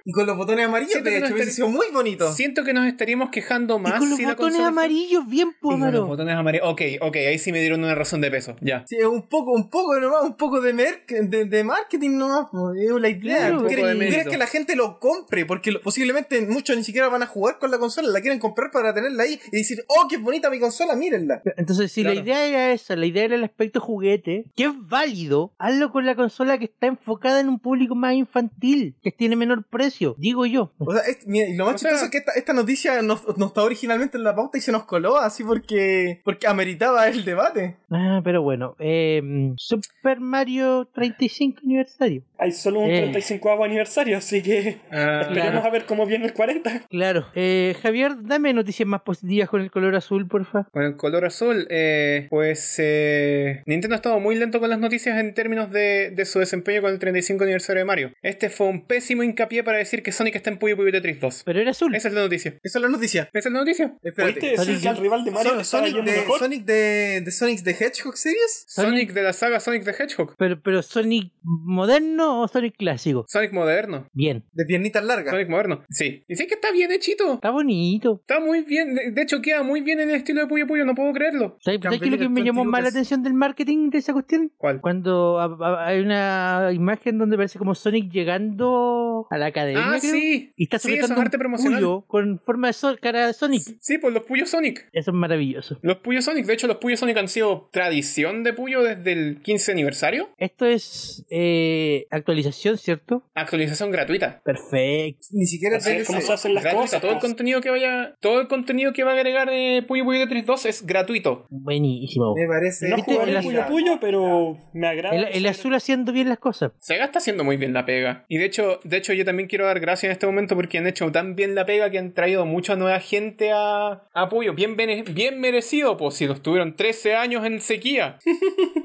A: Y con los botones amarillos,
B: Siento que
A: de
B: no
A: hecho, hubiese
B: estaría-
A: sido muy bonito.
B: Siento que nos estaríamos quejando
C: y
B: más
C: con los
B: si la
C: botones
B: consola-
C: amarillos, bien
B: Y con los
C: pómaro.
B: botones amarillos. Ok, ok, ahí sí me dieron una razón de peso. Ya.
A: Sí, un poco, un poco nomás, un poco de, merc- de, de marketing nomás, po, es la idea.
C: Claro, un
A: Tú
C: poco
A: quieres,
B: de
A: tú quieres
B: mérito.
A: que la gente lo compre, porque lo- posiblemente muchos ni siquiera van a jugar con la consola, la quieren comprar para tenerla ahí y decir, oh, qué bonita mi consola, mírenla.
C: Entonces, si
B: Claro.
C: la idea era esa, la idea era el aspecto juguete, que es válido, hazlo con la consola que está enfocada en un público más infantil, que tiene menor precio, digo yo.
A: O sea, es- mira, y lo más
B: O
A: chistoso
B: sea-
A: es que esta, esta noticia no, no estaba originalmente en la pauta y se nos coló así porque, porque ameritaba el debate.
C: Ah, pero bueno, eh, Super Mario 35 aniversario.
D: Hay solo un
C: Eh.
D: 35 aniversario, así que.
B: Ah,
D: Esperemos vamos a ver cómo viene el 40.
C: Claro. Eh, Javier, dame noticias más positivas con el color azul, porfa.
B: Con el color azul, eh, pues eh, Nintendo ha estado muy lento con las noticias en términos de, de su desempeño con el 35 aniversario de Mario. Este fue un pésimo hincapié para decir que Sonic está en Puyo Puyo Tetris 2.
C: Pero era azul.
B: Esa es la noticia.
A: Esa es la noticia.
B: Esa es la noticia.
A: Espérate.
D: ¿Oíste decir que al rival de Mario
A: Son-
D: le estaba
A: Sonic,
D: yendo
A: de,
D: mejor?
A: Sonic de, de Sonic the Hedgehog series?
B: Sonic, de la saga Sonic the Hedgehog.
C: Pero, pero Sonic moderno o Sonic clásico.
B: Sonic moderno.
C: Bien.
A: De piernitas largas.
B: Sonic moderno. Sí. Y sí que está bien hechito.
C: Está bonito.
B: Está muy bien. De, de hecho, queda muy bien en el estilo de Puyo Puyo. No puedo creerlo.
C: ¿Sabes sabes qué es lo que
A: Campanita
C: me llamó
A: Twenty
C: más la
A: Lucas.
C: atención del marketing de esa cuestión?
B: ¿Cuál?
C: Cuando a- a- hay una imagen donde parece como Sonic llegando a la academia.
B: Ah,
C: creo,
B: sí.
C: Y está
B: Sí, eso
C: sujetando
B: es arte
C: un
B: promocional.
C: puyo con forma de sol- cara de Sonic.
B: Sí, pues los Puyo Sonic.
C: Eso es maravilloso.
B: Los Puyo Sonic. De hecho, los Puyo Sonic han sido tradición de Puyo desde el 15 aniversario.
C: Esto es eh, actualización, ¿cierto?
B: Actualización gratuita.
C: Perfecto.
A: Ni siquiera
D: Así es
A: DLC.
D: como se hacen las
B: Gratuita.
D: cosas.
B: todo el
D: pues.
B: contenido que vaya todo el contenido que va a agregar eh, Puyo Puyo Tetris 2 es gratuito
C: Buenísimo.
A: Me parece.
D: No
C: ¿Viste?
D: jugaré
C: La-
D: Puyo Puyo, pero me agrada.
C: El, el azul haciendo bien las cosas.
B: Sega está haciendo muy bien la pega y de hecho de hecho yo también quiero dar gracias en este momento porque han hecho tan bien la pega que han traído mucha nueva gente a, a Puyo bien, bene- bien merecido pues si los tuvieron 13 años en sequía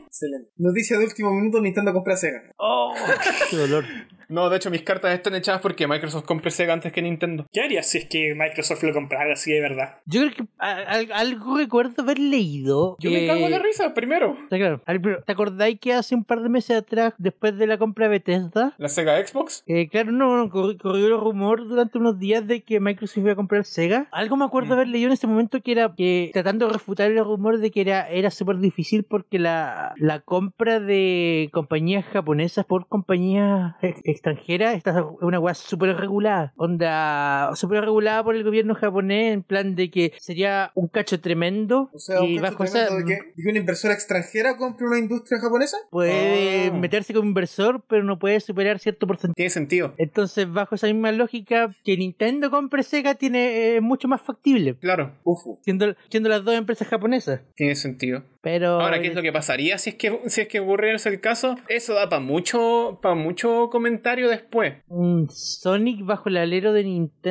A: Excelente. Noticia de último minuto: Nintendo compra Sega.
C: Qué dolor.
B: no de hecho mis cartas están echadas porque Microsoft compre Sega antes que Nintendo
D: ¿Qué harías si es que Microsoft lo comprara así de verdad?
C: Yo creo que a- al- algo recuerdo haber leído.
B: yo me
C: que-
B: cago en la risa primero
C: Está claro. Al- pero, ¿Te acordáis que hace un par de meses atrás, después de la compra de Bethesda?
B: la Sega Xbox
C: eh, claro, no, no, corri- corrió el rumor durante unos días de que Microsoft iba a comprar Sega. Algo me acuerdo
B: Mm.
C: haber leído en ese momento que era que tratando de refutar el rumor de que era, era súper difícil porque la, la compra de compañías japonesas por compañías ex- extranjeras esta es una weá súper regulada. Onda, súper regulada por el gobierno japonés en plan de que sería un cacho tremendo.
A: O sea, un
C: y
A: cacho
C: bajo esa-
A: tremendo de que, de que una inversora extranjera compre una industria japonesa.
C: puede
B: Ah.
C: meterse como inversor, pero no puede superar cierto porcentaje.
B: tiene sentido
C: Entonces, bajo esa misma lógica, que Nintendo compre Sega tiene eh, mucho más factible,
B: claro
A: Ufu.
C: siendo, siendo las dos empresas japonesas.
B: tiene sentido
C: Pero
B: Ahora, ¿qué es lo que pasaría si es que, si es que ocurriera ese el caso? Eso da para mucho, pa mucho comentario después.
C: mm, Sonic bajo el alero de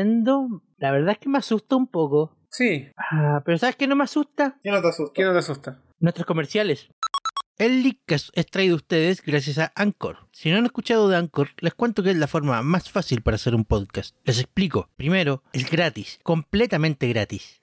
C: Nintendo, la verdad es que me asusta un poco.
B: Sí.
C: Ah, pero ¿sabes qué no me asusta?
A: ¿Qué no te asusta?
B: ¿Qué no te asusta?
C: Nuestros comerciales. El Leadcast es traído a ustedes gracias a Anchor. Si no han escuchado de Anchor, les cuento que es la forma más fácil para hacer un podcast. Les explico. Primero, es gratis, completamente gratis.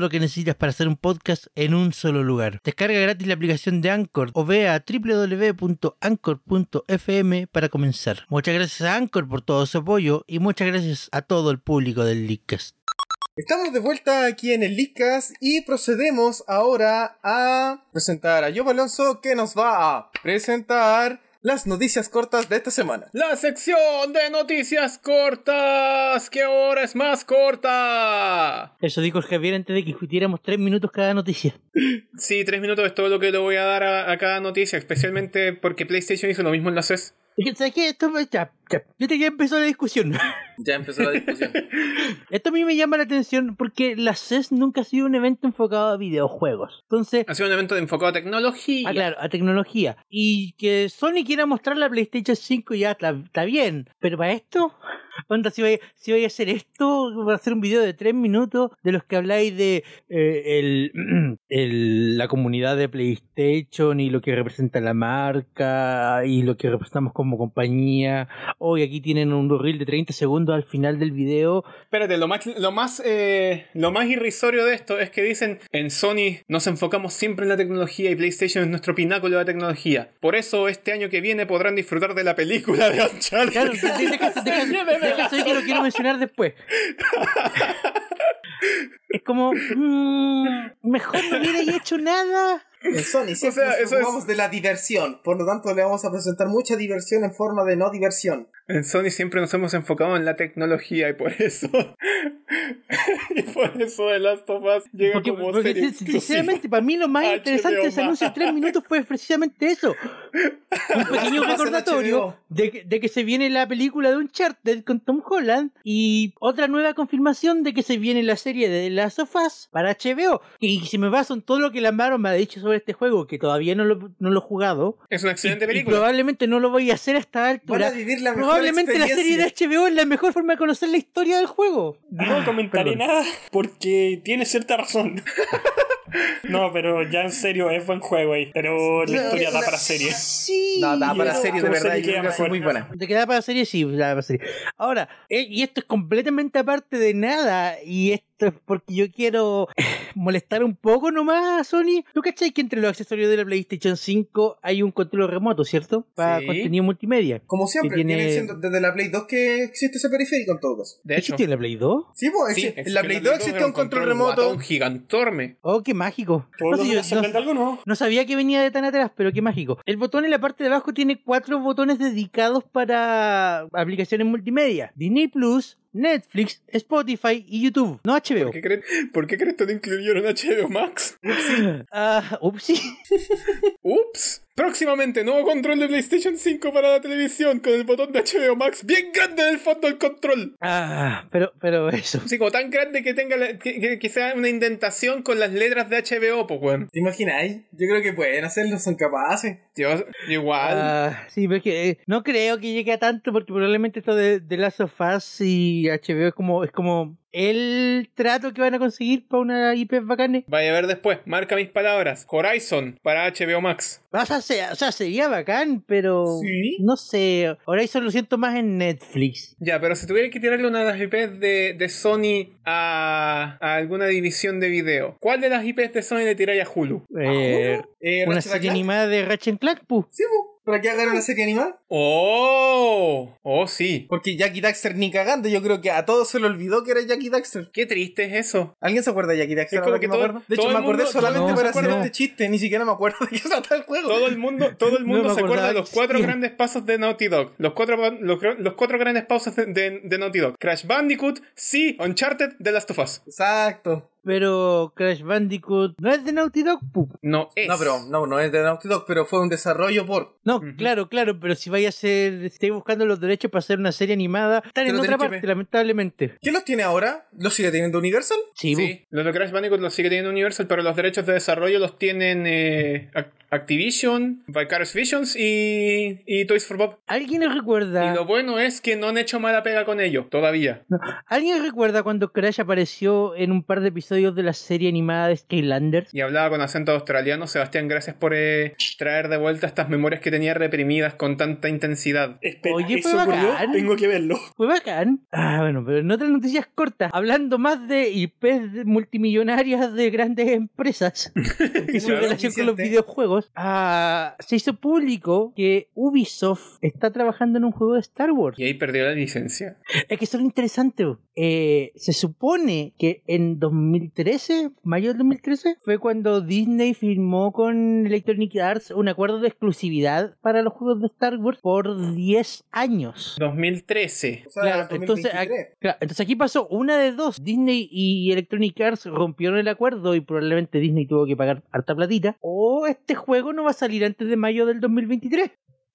C: lo que necesitas para hacer un podcast en un solo lugar. Descarga gratis la aplicación de Anchor o ve a www.anchor.fm para comenzar. Muchas gracias a Anchor por todo su apoyo y muchas gracias a todo el público del Leadcast.
A: Estamos de vuelta aquí en el Licas y procedemos ahora a presentar a Job Alonso que nos va a presentar las noticias cortas de esta semana.
B: La sección de noticias cortas, que ahora es más corta.
C: Eso dijo Javier antes de que discutiéramos tres minutos cada noticia.
B: Sí, tres minutos es todo lo que le voy a dar a, a cada noticia, especialmente porque PlayStation hizo lo mismo en la E CES.
C: Es que, ¿Sabes qué? Esto, ya, ya, yo te ya empezó la discusión.
A: Ya empezó la discusión.
C: Esto a mí me llama la atención porque la CES nunca ha sido un evento enfocado a videojuegos. Entonces,
B: Ha sido un evento de enfocado a tecnología.
C: ah, claro, a tecnología. Y que Sony quiera mostrar la PlayStation 5 ya está, está bien. Pero para esto, onda, si voy, si voy a hacer esto, voy a hacer un video de tres minutos de los que habláis de eh, el, el- la comunidad de PlayStation y lo que representa la marca y lo que representamos como compañía. Hoy aquí tienen un reel de 30 segundos al final del video
B: Espérate, lo más, lo, más, eh, lo más irrisorio de esto es que dicen en Sony nos enfocamos siempre en la tecnología y PlayStation es nuestro pináculo de la tecnología. Por eso este año que viene podrán disfrutar de la película de Uncharted.
C: Claro, de- de- deja- deja- deja- soy que lo quiero mencionar después. Es como, mm, mejor no hubiera hecho nada.
A: En Sony siempre
B: sea,
A: nos
B: eso
A: preocupamos
B: es-
A: de la diversión. Por lo tanto, le vamos a presentar mucha diversión en forma de no diversión.
B: En Sony siempre nos hemos enfocado en la tecnología y por eso. y por eso The Last of Us llega
C: Porque,
B: como
C: porque
B: serie Ah,
C: sin- sinceramente, para mí lo más
B: HBO
C: interesante de ese
B: Max.
C: anuncio de tres minutos fue precisamente eso. Un pequeño
A: Last of Us en
C: recordatorio
A: HBO.
C: de que, de que se viene la película de Uncharted con Tom Holland y otra nueva confirmación de que se viene la serie de Las Sofás para HBO. Y si me baso en todo lo que la Maro me ha dicho sobre este juego, que todavía no lo, no lo he jugado,
B: Es una excelente
C: y
B: película.
C: probablemente no lo voy a hacer a esta
A: Van a
C: altura.
A: vivir la mejor
C: Probablemente la serie de
A: experiencia.
C: HBO es la mejor forma de conocer la historia del juego.
D: No comentaré
C: Ah, perdón.
D: nada porque tiene cierta razón. no, pero ya en serio, es buen juego ahí. Pero la historia da para serie.
C: Sí.
A: No, da
D: Y
A: para
D: eso-
A: serie de
D: como
A: verdad.
D: serie
A: Yo creo
D: queda
A: que es muy
D: mejor.
A: buena.
C: Te queda para serie, sí, da para serie. Ahora, eh, y esto es completamente aparte de nada, y esto es porque yo quiero molestar un poco nomás a Sony. ¿Tú cachai que entre los accesorios de la PlayStation 5 hay un control remoto, cierto? Para
B: Sí.
C: contenido multimedia.
A: Como siempre,
C: Que tiene-
A: viene siendo desde la Play 2 que existe ese periférico en todo caso.
B: De hecho,
C: ¿Existe en la Play 2?
A: Sí, pues,
B: sí,
A: exi- en
B: existe
A: la Play 2 existe
B: era
A: un control remoto.
B: Un gigantorme.
C: Oh, qué mágico.
D: ¿Todos
C: No sé,
D: los
C: yo-
D: días se aprende
C: no-
D: algo nuevo?
C: no sabía que venía de tan atrás, pero qué mágico. El botón en la parte de abajo tiene cuatro botones dedicados para aplicaciones multimedia. Disney Plus, Netflix, Spotify y YouTube. No HBO.
B: ¿Por qué crees, ¿Por qué crees que no incluyeron HBO Max?
C: Ah, upsí.
B: Ups. Próximamente, nuevo control de PlayStation 5 para la televisión con el botón de HBO Max bien grande en el fondo del control.
C: Ah, pero, pero eso.
B: Sí, como tan grande que tenga la- que, que- que sea una indentación con las letras de HBO, pues, weón.
A: ¿Te imagináis? Yo creo que pueden hacerlo, son capaces.
B: Dios, igual.
C: Ah, sí, pero es que eh, no creo que llegue a tanto porque probablemente esto de, de Last of Us y HBO es como, es como el trato que van a conseguir para una IP bacane.
B: Vaya a ver después, marca mis palabras. Horizon para HBO Max.
C: O sea, se- o sea, sería bacán, pero
A: Sí.
C: no sé. Horizon lo siento más en Netflix.
B: Ya, pero si tuviera que tirarle una de las IPs de, de Sony a, a alguna división de video, ¿cuál de las IPs de Sony le tiraría a Hulu?
C: Eh,
A: Eh,
C: una
A: Ah, Ratchet and
C: serie
A: Clank.
C: animada de Ratchet and Clank, pu.
A: Sí, pues, ¿para qué hagan una serie animada?
B: ¡Oh! ¡Oh, sí!
A: Porque Jackie Daxter ni cagando, yo creo que a todos se le olvidó que era Jackie Daxter.
B: ¡Qué triste es eso!
A: ¿Alguien se acuerda de Jackie Daxter?
B: Es como
A: Ahora
B: que
A: me
B: todo-
A: acuerdo. De
B: todo
A: hecho, me
B: el
A: acordé
B: mundo-
A: solamente
C: no,
A: para
C: se
A: hacer
C: acuerda.
A: este chiste, ni siquiera me acuerdo de qué trata el juego.
B: Todo el mundo, todo el mundo
C: No me
B: se acuerda de
C: acordaba
B: los
C: que
B: cuatro
C: existía.
B: grandes pasos de Naughty Dog. Los cuatro, los, los cuatro grandes pausas de, de- de Naughty Dog. Crash Bandicoot, sí, Uncharted, The Last of Us.
A: Exacto.
C: Pero Crash Bandicoot no es de Naughty Dog, pu.
B: No es.
A: No, pero no, no es de Naughty Dog, pero fue un desarrollo por.
C: No,
B: Ujú.
C: claro, claro, pero si vaya a ser, si estáis buscando los derechos para hacer una serie animada, están
A: Te
C: en
A: lo tenés
C: otra
A: que
C: parte,
A: ver.
C: lamentablemente.
A: ¿Quién los tiene ahora? ¿Los sigue teniendo Universal?
C: Sí,
B: Sí, los de Crash Bandicoot los sigue teniendo Universal, pero los derechos de desarrollo los tienen eh, Ac- Activision, Vicarious Visions y, y Toys for Bob.
C: bu. ¿Alguien recuerda?
B: Y lo bueno es que no han hecho mala pega con ello, todavía.
C: ¿Alguien recuerda cuando Crash apareció en un par de episodios de la serie animada de Skylanders?
B: Y hablaba con acento australiano, Sebastián, gracias por eh, traer de vuelta estas memorias que tenía reprimidas con tanta intensidad.
D: Espera,
C: Oye,
D: ¿eso
C: fue
D: ocurrió?
C: bacán.
D: Tengo que verlo.
C: Fue bacán. Ah, bueno, pero en otras noticias cortas, hablando más de IPs de- multimillonarias de grandes empresas y su
B: Claro,
C: relación con los
A: suficiente.
C: videojuegos, ah, se hizo público que Ubisoft está trabajando en un juego de Star Wars.
B: Y ahí perdió la licencia.
C: Es que son interesantes. bo. Eh, se supone que en 2013, mayo del 2013, fue cuando Disney firmó con Electronic Arts un acuerdo de exclusividad para los juegos de Star Wars por 10 años.
B: 2013.
A: O sea,
C: Claro, entonces,
A: 2023.
C: Claro, entonces aquí pasó una de dos. Disney y Electronic Arts rompieron el acuerdo y probablemente Disney tuvo que pagar harta platita. O este juego no va a salir antes de mayo del 2023.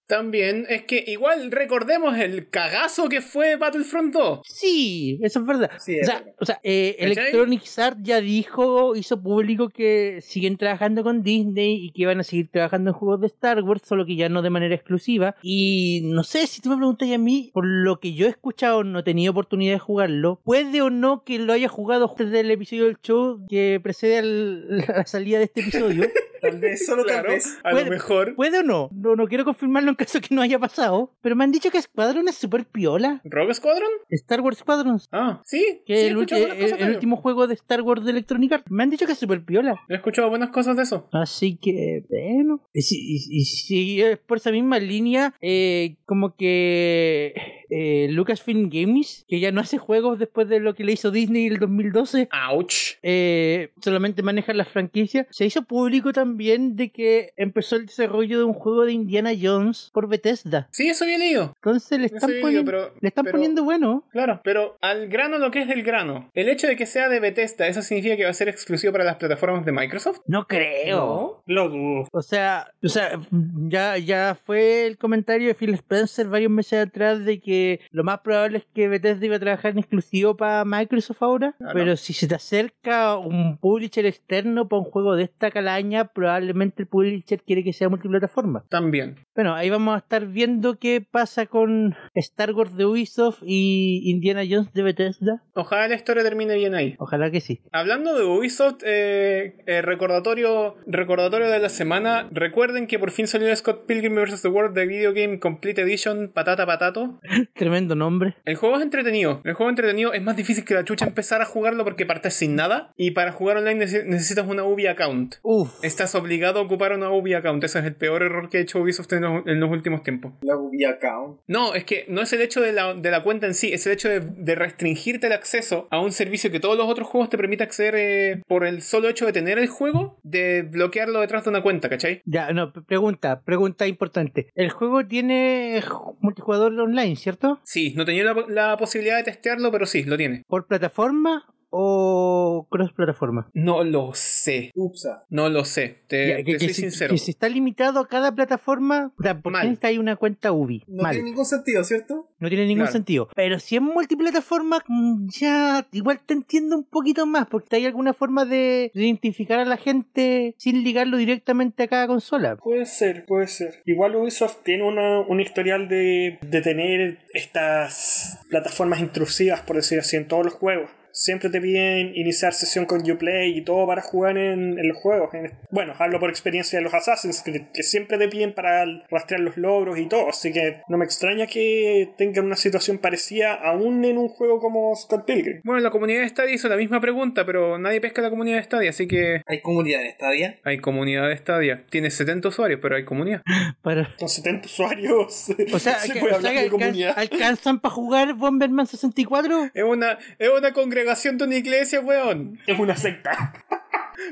B: También es que igual recordemos el cagazo que fue Battlefront 2.
C: Sí, eso es verdad.
A: Sí,
C: O
A: es
C: sea,
A: verdad.
C: o sea, eh,
B: ¿Cachai?
C: Electronic Arts ya dijo, hizo público que siguen trabajando con Disney y que van a seguir trabajando en juegos de Star Wars, solo que ya no de manera exclusiva. Y no sé, si tú me preguntas a mí, por lo que yo he escuchado, no he tenido oportunidad de jugarlo, puede o no que lo haya jugado desde el episodio del show que precede al- a la salida de este episodio.
A: Tal vez, solo
B: Claro,
A: tal vez.
B: a
C: Puede-
B: lo mejor.
C: puede o no, no, no quiero confirmarlo en caso que no haya pasado, pero me han dicho que Squadron es súper piola.
B: ¿Rogue Squadron?
C: Star Wars Squadron
B: Ah, sí.
C: Que
B: sí, he
C: el,
B: escuchado
C: ulti-
B: buenas
C: el-
B: cosas de
C: el
B: ello.
C: último juego de Star Wars de Electronic Arts. Me han dicho que es super piola.
B: He escuchado buenas cosas de eso.
C: Así que, bueno. Y si, y- y si es por esa misma línea, eh, como que eh, Lucasfilm Games, que ya no hace juegos después de lo que le hizo Disney en el 2012.
B: Ouch.
C: eh, solamente maneja las franquicias. Se hizo público también de que empezó el desarrollo de un juego de Indiana Jones por Bethesda.
B: Sí, eso había leído.
C: Entonces le
B: Eso
C: están,
B: yo digo,
C: poniendo,
B: pero-
C: le están
B: pero-
C: poniendo bueno.
B: Claro, pero al grano lo que es el grano. El hecho de que sea de Bethesda, ¿eso significa que va a ser exclusivo para las plataformas de Microsoft?
C: No creo.
D: Lo dudo.
C: O sea, o sea, ya, ya fue el comentario de Phil Spencer varios meses atrás de que lo más probable es que Bethesda iba a trabajar en exclusivo para Microsoft ahora.
B: Claro.
C: Pero si se te acerca un publisher externo para un juego de esta calaña, probablemente el publisher quiere que sea multiplataforma.
B: También.
C: Bueno, ahí vamos a estar viendo qué pasa con Star Wars de Ubisoft y Indiana Jones de Bethesda.
B: Ojalá la historia termine bien ahí.
C: Ojalá que sí.
B: Hablando de Ubisoft, eh, eh, recordatorio, recordatorio de la semana. Recuerden que por fin salió el Scott Pilgrim vs. The World de Video Game Complete Edition, patata patato.
C: Tremendo nombre.
B: El juego es entretenido. El juego es entretenido es más difícil que la chucha empezar a jugarlo porque partes sin nada. Y para jugar online neces- necesitas una Ubi account.
C: Uf.
B: Estás obligado a ocupar una Ubi account. Ese es el peor error que ha hecho Ubisoft en los, en los últimos tiempos.
A: La Ubi account.
B: No, es que no es el hecho de la, de la cuenta en sí, es el hecho de, de restringirte el acceso a un servicio que todos los otros juegos te permite acceder eh, por el solo hecho de tener el juego, de bloquearlo detrás de una cuenta, ¿cachai?
C: Ya, no, pre- pregunta, pregunta importante. El juego tiene ju- multijugador online, ¿cierto?
B: Sí, no tenía la, la posibilidad de testearlo, pero sí, lo tiene.
C: ¿Por plataforma o cross plataforma?
B: No lo sé,
A: Upsa.
B: no lo sé, te,
C: Ya, que-
B: Eh, te
C: que
B: soy
C: si-
B: sincero.
C: que si está limitado a cada plataforma, puta, ¿por
B: Mal.
C: qué está ahí una cuenta Ubi?
A: No
C: Mal.
A: tiene ningún sentido, ¿cierto?
C: No tiene ningún
B: Claro.
C: sentido. Pero si es multiplataforma, mm, ya igual te entiendo un poquito más, porque hay alguna forma de identificar a la gente sin ligarlo directamente a cada consola.
D: Puede ser, puede ser. Igual Ubisoft tiene una, un historial de, de tener estas plataformas intrusivas, por decir así, en todos los juegos. Siempre te piden iniciar sesión con Uplay y todo para jugar en, en los juegos. En- bueno, hablo por experiencia de los Assassin's Creed, que siempre te piden para rastrear los logros y todo. Así que no me extraña que tengan una situación parecida aún en un juego como Scott Pilgrim.
B: Bueno, la comunidad de Stadia hizo la misma pregunta, pero nadie pesca la comunidad de Stadia, así que
A: ¿Hay comunidad en Stadia?
B: hay comunidad de Stadia. Tiene 70 usuarios, pero hay comunidad.
C: Para...
D: Con 70 usuarios
C: O sea,
D: se
C: que-
D: puede
C: o sea,
D: hablar
C: que
D: de
C: alcan-
D: comunidad.
C: ¿alcanzan para jugar Bomberman 64?
B: Es una, es una congregación de una iglesia, weón.
D: Es una secta.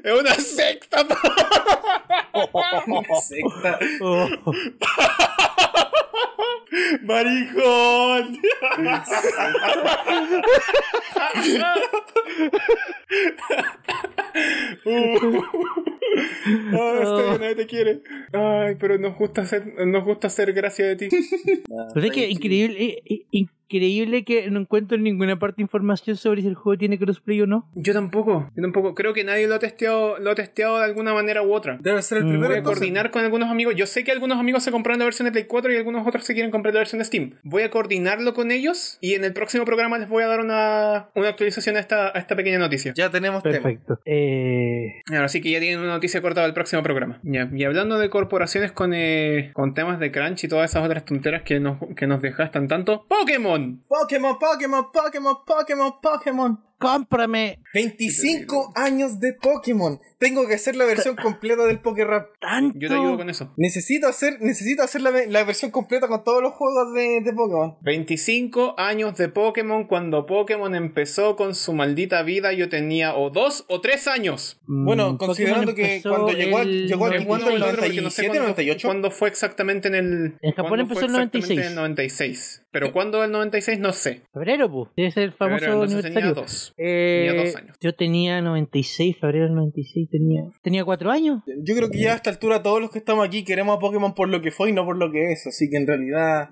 B: Es una secta. po.
A: Secta.
C: Oh,
D: Maricón.
B: Ah, Esteban, nadie te quiere. Ay, pero nos gusta hacer, nos gusta hacer gracia de ti.
C: Pero es que increíble, i- i- increíble que no encuentro en ninguna parte información sobre si el juego tiene crossplay o no.
B: Yo tampoco, yo tampoco. Creo que nadie lo ha testeado, lo ha testeado de alguna manera u otra.
A: Debe ser el
C: Mm.
A: primero
B: Voy a
A: entonces.
B: coordinar con algunos amigos. Yo sé que algunos amigos se compraron la versión de Play 4 y algunos otros se quieren comprar la versión de Steam. Voy a coordinarlo con ellos y en el próximo programa les voy a dar una, una actualización a esta, a esta pequeña noticia.
A: Ya tenemos tema.
C: Perfecto. Eh,
B: Ahora sí que ya tienen una noticia corta para el próximo programa. Ya, Y hablando de corporaciones con, eh, con temas de crunch y todas esas otras tonteras que nos, que nos desgastan tanto, ¡Pokémon!
A: Pokémon, Pokémon, Pokémon, Pokémon, Pokémon.
C: ¡Cómprame!
A: 25 años de Pokémon. Tengo que hacer la versión completa del Pokérap.
C: ¡Tanto!
B: Yo te ayudo con eso.
A: Necesito hacer, necesito hacer la, ve- la versión completa con todos los juegos de, de Pokémon.
B: 25 años de Pokémon cuando Pokémon empezó con su maldita vida yo tenía o dos o tres años.
C: Mm,
A: Bueno,
C: Pokémon
A: considerando que
C: empezó
A: cuando llegó al-
C: el
A: llegó al
B: Es
C: 96.
B: bueno
A: Nintendo
B: el otro porque no sé
A: 97,
B: cuándo,
A: 98.
B: cuándo fue exactamente en el...
C: En Japón
B: cuándo fue
C: empezó el
B: exactamente
C: 96.
B: En el 96. Pero cuándo el 96 no sé.
C: Febrero, pues. Debe ser el Eh, famoso
B: Pero entonces tenía
C: aniversario.
B: dos.
C: Eh,
B: Tenía dos años.
C: Yo tenía 96, febrero del 96 tenía... ¿Tenía cuatro años?
A: Yo creo que ya a esta altura todos los que estamos aquí queremos a Pokémon por lo que fue y no por lo que es. Así que en realidad.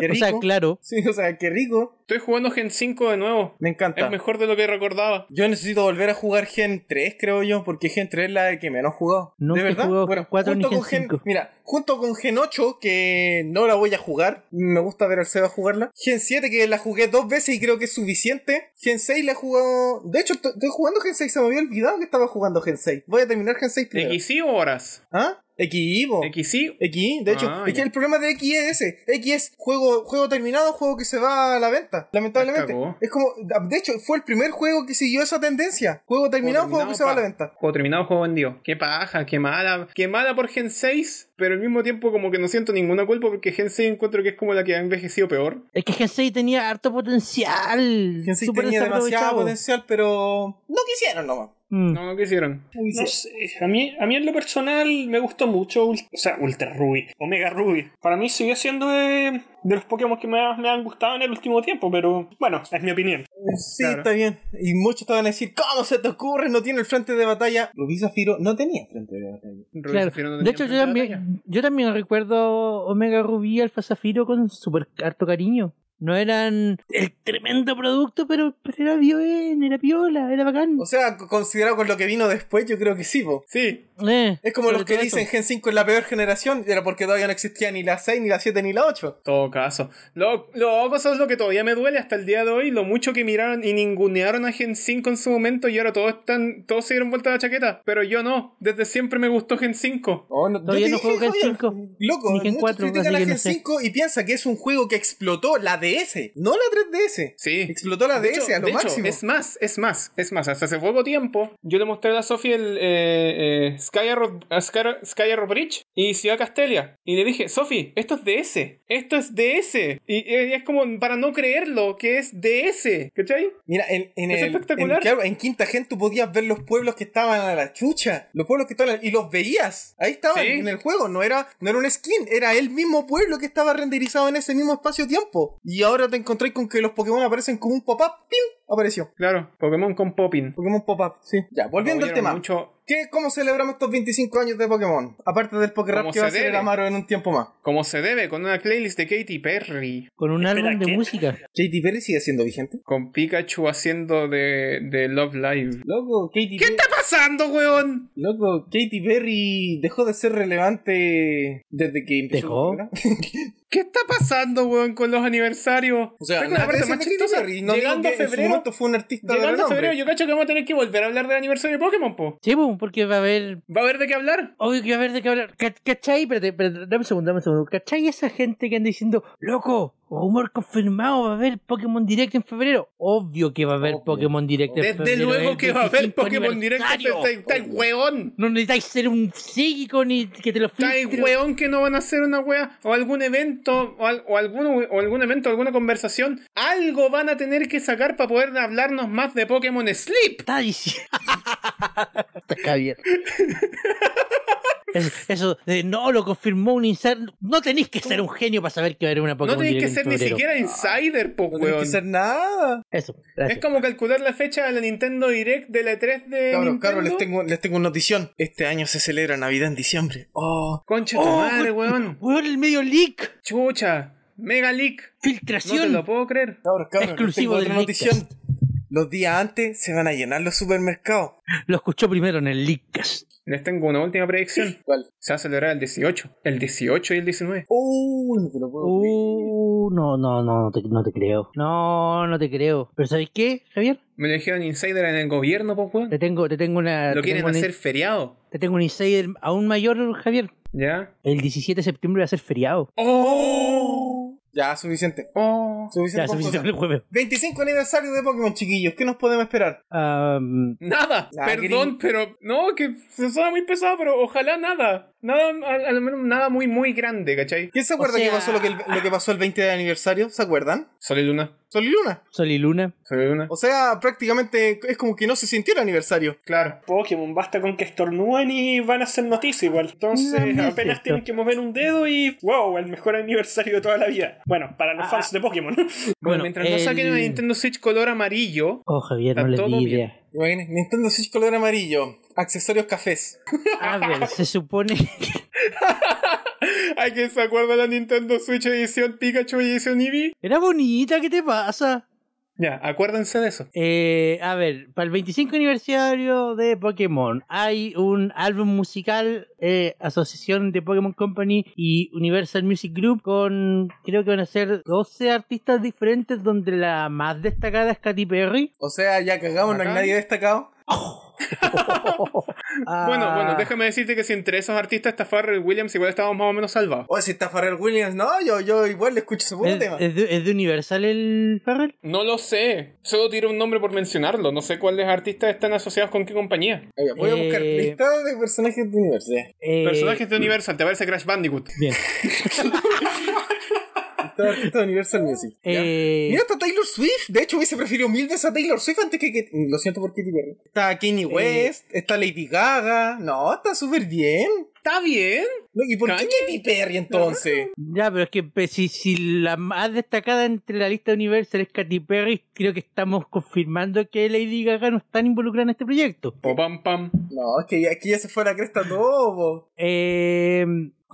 A: Qué rico.
C: O sea, claro.
A: Sí, o sea, qué rico.
B: Estoy jugando Gen 5 de nuevo.
A: Me encanta.
B: Es mejor de lo que recordaba.
A: Yo necesito volver a jugar Gen 3, creo yo, porque Gen 3 es la de que menos he jugado. de
C: Nunca he
A: verdad.
C: jugado
A: bueno,
C: 4 ni
A: junto
C: Gen
A: con Gen,
C: 5.
A: mira, junto con Gen 8, que no la voy a jugar, me gusta ver al Seba jugarla. Gen 7, que la jugué dos veces y creo que es suficiente. Gen 6 la he jugado. De hecho, to- estoy jugando Gen 6, se me había olvidado que estaba jugando Gen 6. Voy a terminar Gen 6 primero.
B: XI o horas?
A: ¿Ah? Equipo.
B: XI.
A: X, de hecho,
B: Ah,
A: es que
B: ya.
A: el problema de X es ese. X es juego, juego terminado, juego que se va a la venta, lamentablemente.
B: Cagó.
A: Es como, de hecho, fue el primer juego que siguió esa tendencia. Juego terminado, juego,
B: terminado,
A: que se va a
B: pa.
A: la venta.
B: Juego terminado, juego vendido. Qué paja, qué mala. Qué mala por Gen 6 pero al mismo tiempo como que no siento ninguna culpa porque Gen 6 encuentro que es como la que ha envejecido peor.
C: Es que Gensei tenía harto potencial.
A: Quien sí
C: súper
A: tenía demasiado
C: desaprovechado.
A: potencial, pero no quisieron nomás.
C: Mm.
B: No, no quisieron.
D: No sé, eh, a mí, a mí en lo personal me gustó mucho, Ul- o sea, Ultra Ruby, Omega Ruby. Para mí sigue siendo de, de los Pokémon que más me han gustado en el último tiempo, pero bueno, es mi opinión.
A: Sí,
B: Claro.
A: está bien. Y muchos te van a decir, ¿cómo se te ocurre? No tiene el frente de batalla. Rubí Zafiro no tenía frente de batalla.
B: Rubí
C: Claro.
B: Zafiro no
C: de
B: tenía
C: hecho, yo
B: frente de batalla.
C: también, yo también recuerdo Omega Rubí y Alfa Zafiro con súper harto cariño. No eran el tremendo producto, pero, pero era bien, era piola, era bacán.
A: O sea, c- considerado con lo que vino después, yo creo que sí, po.
B: Sí,
C: Eh,
A: Es como
C: sobre
A: los que
C: todo
A: dicen
C: eso.
A: Gen 5 es la peor generación, era porque todavía no existía ni la 6, ni la 7, ni la 8.
B: todo caso. Lo, lo cosa es lo que todavía me duele hasta el día de hoy, lo mucho que miraron y ningunearon a Gen 5 en su momento y ahora todos están, todos se dieron vuelta a la chaqueta, pero yo no, desde siempre me gustó Gen 5.
A: Oh, no,
C: Todavía no juego Gen
A: Javier,
C: 5,
A: Loco,
C: ni Gen
A: muchos
C: 4,
A: critican
C: así
A: a
C: que no
A: Gen
C: sé.
A: 5 y piensa que es un juego que explotó la DS, no la 3DS.
B: Sí.
A: Explotó la
B: De
A: DS
B: hecho-
A: a lo
B: de hecho,
A: máximo.
B: es más, es más, es más. Hasta hace poco tiempo yo le mostré a la Sofi el eh, eh, Sky Arrow- a Scar- Sky Arrow Bridge y Ciudad Castelia. Y le dije, Sofi, esto es DS. Esto es DS. Y eh, es como para no creerlo que es DS. ¿Cachai?
A: Mira, en, en
B: Es
A: el-
B: espectacular.
A: En, claro, en Quinta Gen tú podías ver los pueblos que estaban a la chucha. Los pueblos que estaban. Y los veías. Ahí estaban
B: Sí.
A: en el juego. No era, no era un skin, era el mismo pueblo que estaba renderizado en ese mismo espacio-tiempo. Y ahora te encontráis con que los Pokémon aparecen como un pop-up. ¡Pim! Apareció.
B: Claro, Pokémon con Poppin.
A: Pokémon pop-up, sí. Ya, volviendo al
B: Apoyaron
A: tema.
B: mucho-
A: ¿Qué, ¿Cómo celebramos estos 25 años de Pokémon? Aparte del Pokérap
B: Como
A: que va a
B: se
A: hacer el
B: debe.
A: Amaro en un tiempo más.
B: como se debe, con una playlist de Katy Perry.
C: con un
D: Espera,
C: álbum de
D: ¿qué?
C: música.
A: ¿Katy Perry sigue siendo vigente?
B: Con Pikachu haciendo de, de Love Live.
A: Loco, Katy
B: ¿Qué
A: Perry.
B: está pasando, weón?
A: Loco, Katy Perry dejó de ser relevante desde que empezó.
C: ¿Dejó?
A: ¿verdad?
B: ¿Qué está pasando, weón, con los aniversarios?
A: O sea,
B: Tengo la
A: nada
B: parte
A: que
B: más
A: decir de
B: chistosa.
A: Katy Perry, no digo
B: llegando a
A: que en su
B: febrero,
A: momento fue un artista de
B: llegando a
A: renombre.
B: febrero, yo cacho que vamos a tener que volver a hablar del aniversario de Pokémon, po.
C: Sí, pues, porque va a haber
B: ¿Va a haber de qué hablar?
C: Obvio que va a haber de qué hablar. Ca- ¿Cachai? Espérate, espérate, dame un segundo, dame un segundo. ¿Cachai esa gente que anda diciendo, loco, rumor confirmado, va a haber Pokémon Direct en febrero? Obvio que va a haber
A: Obvio.
C: Pokémon Direct en
B: Desde
C: febrero.
B: luego
C: el
B: que va a haber
C: 25
B: Pokémon directo.
C: aniversario.
B: Está el weón.
C: No necesitáis ser un psíquico ni que te lo
B: Está el
C: filtre.
B: weón que no van a hacer una wea o algún evento o, al- o algún, o algún evento, alguna conversación. Algo van a tener que sacar para poder hablarnos más de Pokémon Sleep.
C: Está diciendo. Está Javier. Eso, eso de no lo confirmó un insider. No tenéis que ser un genio para saber que va a haber una Pokémon
B: no tenéis que
C: Direct en
B: ser ni
C: febrero.
B: siquiera insider, po,
A: No tiene
B: weón.
A: que ser nada.
C: Eso,
B: Es
C: gracias.
B: como calcular la fecha de la Nintendo Direct de la 3 de
A: Cabros,
B: Nintendo.
A: cabros, les tengo, les tengo una notición. Este año se celebra Navidad en diciembre. Oh,
B: Concha tu
C: Oh,
B: madre,
C: con-
B: weón.
C: Weón, el medio leak.
B: Chucha. Mega Leak. No te
C: Filtración.
B: lo puedo creer.
A: cabros, cabros, les
C: Exclusivo
A: tengo
C: del
A: otra
C: Leakcast.
A: notición. Los días antes se van a llenar los supermercados.
C: Lo escuchó primero en el Leakcast.
B: Les tengo una última predicción.
A: ¿Cuál?
B: Se va a celebrar el 18. El 18 y el 19.
A: Uy, Oh, no te lo puedo creer.
C: Uh, no, no, no, no te, no te creo. No, no te creo. Pero ¿sabes qué, Javier?
B: Me lo dijeron insider en el gobierno, pues,
C: Te
B: weón.
C: tengo, te tengo una.
B: Lo
C: te
B: quieren
C: tengo una-
B: hacer feriado.
C: te tengo un insider aún mayor, Javier.
B: ¿Ya?
C: El 17 de septiembre va a ser feriado.
B: ¡Oh!
A: Ya, suficiente.
B: ¡Oh!
A: Suficiente.
C: Ya,
A: con
C: suficiente con
A: cosas.
C: el jueves.
A: 25 aniversario de Pokémon, chiquillos. ¿Qué nos podemos esperar?
C: Am,
B: Nada,
A: La
B: perdón, pero no, que se suena muy pesado, pero ojalá nada. Nada, a- a lo menos nada muy, muy grande, ¿cachai?
A: ¿Quién se acuerda
C: sea-
A: que pasó lo que, el, lo que pasó el 20 de aniversario? ¿Se acuerdan?
B: Sol y luna,
A: Sol y Luna.
C: Sol y Luna.
B: sol y luna.
A: O sea, prácticamente es como que no se sintió el aniversario.
B: Claro.
D: Pokémon, basta con que estornúen y van a hacer noticia igual. Entonces,
C: No, no es
D: apenas
C: cierto.
D: tienen que mover un dedo y wow, el mejor aniversario de toda la vida. Bueno, para los
C: Ah,
D: fans de Pokémon.
B: Bueno,
C: Bueno,
B: mientras no
C: el-
B: saquen una Nintendo Switch color amarillo,
C: Oh, Javier, no
B: Está
C: les
B: todo
C: di
B: bien.
C: idea.
A: Imagínense, Nintendo Switch color amarillo, accesorios cafés.
C: A ver, se supone.
B: Hay que se acuerda la Nintendo Switch edición Pikachu y edición Eevee.
C: Era bonita, ¿qué te pasa?
B: Ya, acuérdense de eso.
C: Eh, a ver, para el 25 aniversario de Pokémon hay un álbum musical, eh, Asociación de Pokémon Company y Universal Music Group, con creo que van a ser 12 artistas diferentes, donde la más destacada es Katy Perry.
A: O sea, ya cagamos, no hay
B: Bacán.
A: nadie destacado.
B: Bueno,
C: Ah,
B: bueno, déjame decirte que si entre esos artistas está Farrell Williams, igual estábamos más o menos salvados.
A: O Oh, si está Pharrell Williams, no, yo, yo igual le escucho su puro
C: ¿Es,
A: tema.
C: es de, es de Universal el Ferrer?
B: No lo sé. Solo tiro un nombre por mencionarlo. No sé cuáles artistas están asociados con qué compañía.
A: Oye, Voy a buscar
C: Eh,
A: lista de personajes de universidad.
C: Eh,
B: Personajes de Universal, te parece Crash Bandicoot.
C: Bien.
A: Todo artista de Universal Music. ¿ya?
C: Eh,
A: Mira, está Taylor Swift. De hecho, hubiese preferido mil veces a Taylor Swift antes que. que- Lo siento por Katy Perry. Está Kanye West, está Lady Gaga. No, está súper bien.
B: ¿Está bien?
A: No, ¿Y por
B: ¿Kanye?
A: qué Katy Perry entonces?
C: ya, pero es que pues, si, si la más destacada entre la lista de Universal es Katy Perry, creo que estamos confirmando que Lady Gaga no está involucrada en este proyecto.
B: Po, pam, pam.
A: No, es que ya, es que ya se fue a la cresta todo.
C: Eh,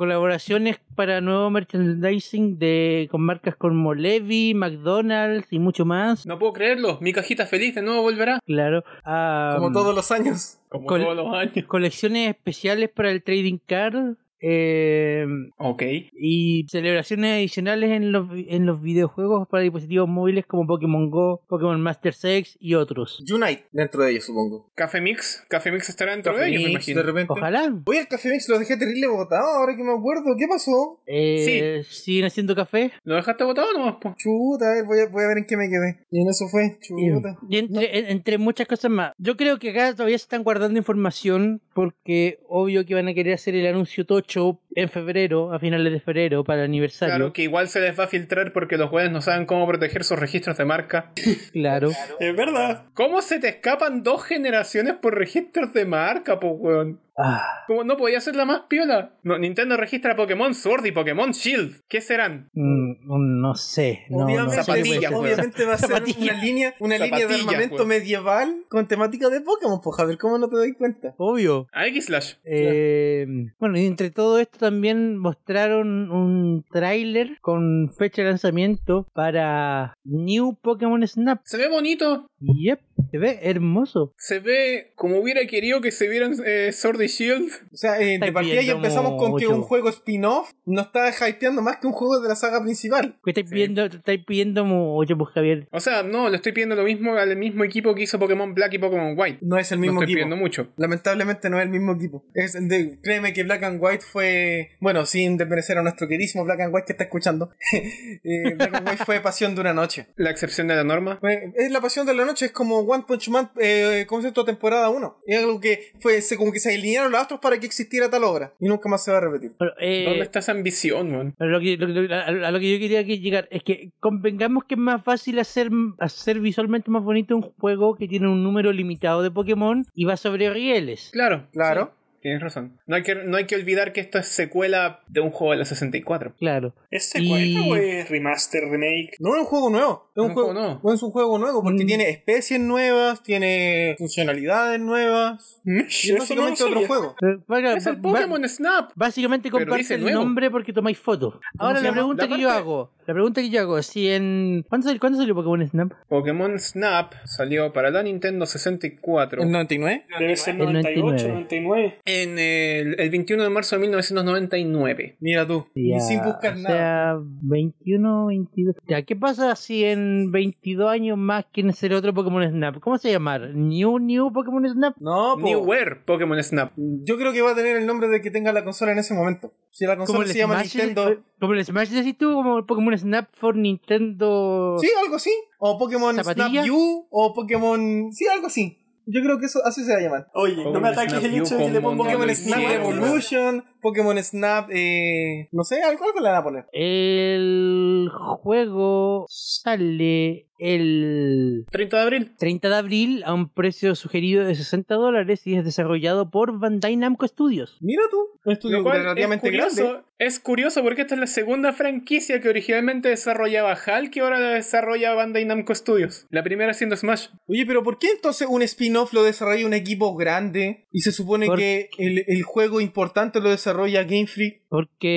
C: colaboraciones para nuevo merchandising de, con marcas como Levi, McDonald's y mucho más.
B: No puedo creerlo. Mi cajita feliz de nuevo volverá.
C: Claro. Ah,
B: Um.
A: Como todos los años.
B: Como
C: Col-
B: todos los años.
C: Colecciones especiales para el trading card. eh,
B: Ok.
C: y celebraciones adicionales en los, en los videojuegos para dispositivos móviles como Pokémon Go, Pokémon Master 6 y otros.
A: Unite dentro de ellos, supongo.
B: Café Mix. Café Mix estará dentro
A: Café
B: de ellos, me
A: Mix, de
B: imagino.
A: repente.
C: Ojalá.
A: Oye, el Café Mix lo dejé terrible botado ahora que me acuerdo. ¿Qué pasó?
C: Eh, ¿Siguen haciendo café?
B: ¿Lo dejaste botado o no? po?
A: Chuta, a ver, voy a, voy a ver en qué me quedé. Y en eso fue, chuta.
C: Y entre, Em, en- entre muchas cosas más. Yo creo que acá todavía se están guardando información porque obvio que van a querer hacer el anuncio tocho en febrero, a finales de febrero, para el
B: Claro,
C: aniversario.
B: que igual se les va a filtrar porque los jueces no saben cómo proteger sus registros de marca.
C: Claro.
D: Es verdad.
B: ¿Cómo se te escapan dos generaciones por registros de marca, po, weón?
C: Ah,
B: ¿Cómo no podía ser la más piola? No, Nintendo registra Pokémon Sword y Pokémon Shield. ¿Qué serán?
C: mm, no sé. No, no,
A: obviamente,
C: no se puede
B: zapatilla,
C: hacer.
A: obviamente va a ser
C: Zapatilla.
A: una línea, una línea de
B: Zapatilla,
A: armamento
B: pues.
A: medieval con temática de Pokémon, pues Javier, ¿cómo no te doy cuenta?
C: Obvio.
B: AX Slash.
C: Eh, bueno, y entre todo esto también mostraron un tráiler con fecha de lanzamiento para New Pokémon Snap.
B: Se ve bonito.
C: Yep, se ve hermoso.
B: Se ve como hubiera querido que se vieran eh, Sword y Shield.
A: O sea, eh, de
C: Estáis
A: partida ya
C: viendo
A: empezamos con que
C: mucho.
A: un juego spin-off nos está hypeando más que un juego de la saga principal.
C: Que estáis
B: Sí.
C: pidiendo, estáis pidiendo mucho, pues Javier.
B: O sea, no, le estoy pidiendo lo mismo al mismo equipo que hizo Pokémon Black y Pokémon White.
A: No es el
B: No
A: mismo
B: estoy
A: equipo.
B: pidiendo mucho.
A: Lamentablemente no es el mismo equipo. Es de- créeme que Black and White fue. Bueno, sin desmerecer a nuestro queridísimo Black and White que está escuchando. eh, Black and White fue pasión de una noche.
B: La excepción de la norma.
A: Fue- Eh, Es la pasión de la noche, es como One Punch Man, eh, concepto de temporada 1. Es algo que fue se, como que se alinearon los astros para que existiera tal obra. Y nunca más se va a repetir.
C: Pero, eh,
B: ¿Dónde está esa ambición, weón?
C: Pero lo que, lo que- lo que- a, a lo que yo quería que llegar es que convengamos que es más fácil hacer, hacer visualmente más bonito un juego que tiene un número limitado de Pokémon y va sobre rieles.
B: Claro.
A: Claro.
B: sí, tienes razón. No hay, que, no hay que olvidar que esto es secuela de un juego de la 64.
C: Claro.
D: ¿Es
C: Y-
D: secuela o es remaster, remake?
A: No es un juego nuevo. Es un,
B: un
A: juego,
B: juego nuevo.
A: no Es un juego nuevo porque
C: Mm.
A: tiene especies nuevas, tiene funcionalidades nuevas. Y
D: Eso
A: es
D: no lo
A: básicamente otro
D: sabía.
A: juego.
C: Pero,
A: Ah,
C: bueno,
B: Es el
C: ba- ba-
B: Pokémon Snap.
C: Básicamente
B: Pero
C: comparte
B: dice
C: el
B: nuevo.
C: nombre porque tomáis fotos. Ahora
A: se
C: la
A: llama?
C: pregunta
B: La
C: que yo
B: parte-
C: hago, la pregunta que yo hago, si en ¿cuándo salió, cuándo salió Pokémon Snap?
B: Pokémon Snap salió para la Nintendo 64
A: ¿El 99?
D: Debe ser
C: El
D: 98,
C: 99.
D: 99.
B: en el, el 21 de marzo de 1999.
A: Mira tú. Y sin buscar
C: o
A: nada.
C: sea, 21, 22. Ya, ¿qué pasa si en 22 años más quieren ser otro Pokémon Snap? ¿Cómo se llamará? New New Pokémon Snap.
A: No, po.
B: Newware Pokémon Snap.
A: Yo creo que va a tener el nombre de que tenga la consola en ese momento. Si la
C: Como
A: consola
C: el,
A: se llama
C: Smash,
A: Nintendo.
C: como el Smash decís tú, como el Pokémon Snap for Nintendo.
A: Sí, algo así. O Pokémon
C: ¿Zapatilla?
A: Snap U. O Pokémon. Sí, algo así. Yo creo que eso así se va a llamar.
D: Oye, no
B: Pokémon
D: me ataques
B: Snap
D: el
B: View
D: hecho de que le
B: como
D: pongo
B: no lo
A: Pokémon Snap
B: hicieron.
A: Evolution. Pokémon Snap. Eh, no sé, algo, algo le van a poner.
C: El juego sale el
B: 30 de abril.
C: 30 de abril a un precio sugerido de 60 dólares y es desarrollado por Bandai Namco Studios.
A: Mira tú. Un
B: Lo
A: estudio
B: cual
A: relativamente
B: es curioso,
A: grande.
B: Es curioso porque esta es la segunda franquicia que originalmente desarrollaba HAL que ahora la desarrolla Bandai Namco Studios. La primera siendo Smash.
A: Oye, pero ¿por qué entonces un spin-off lo desarrolla un equipo grande y se supone
C: ¿Por
A: que el, el juego importante lo desarrolla Game Freak?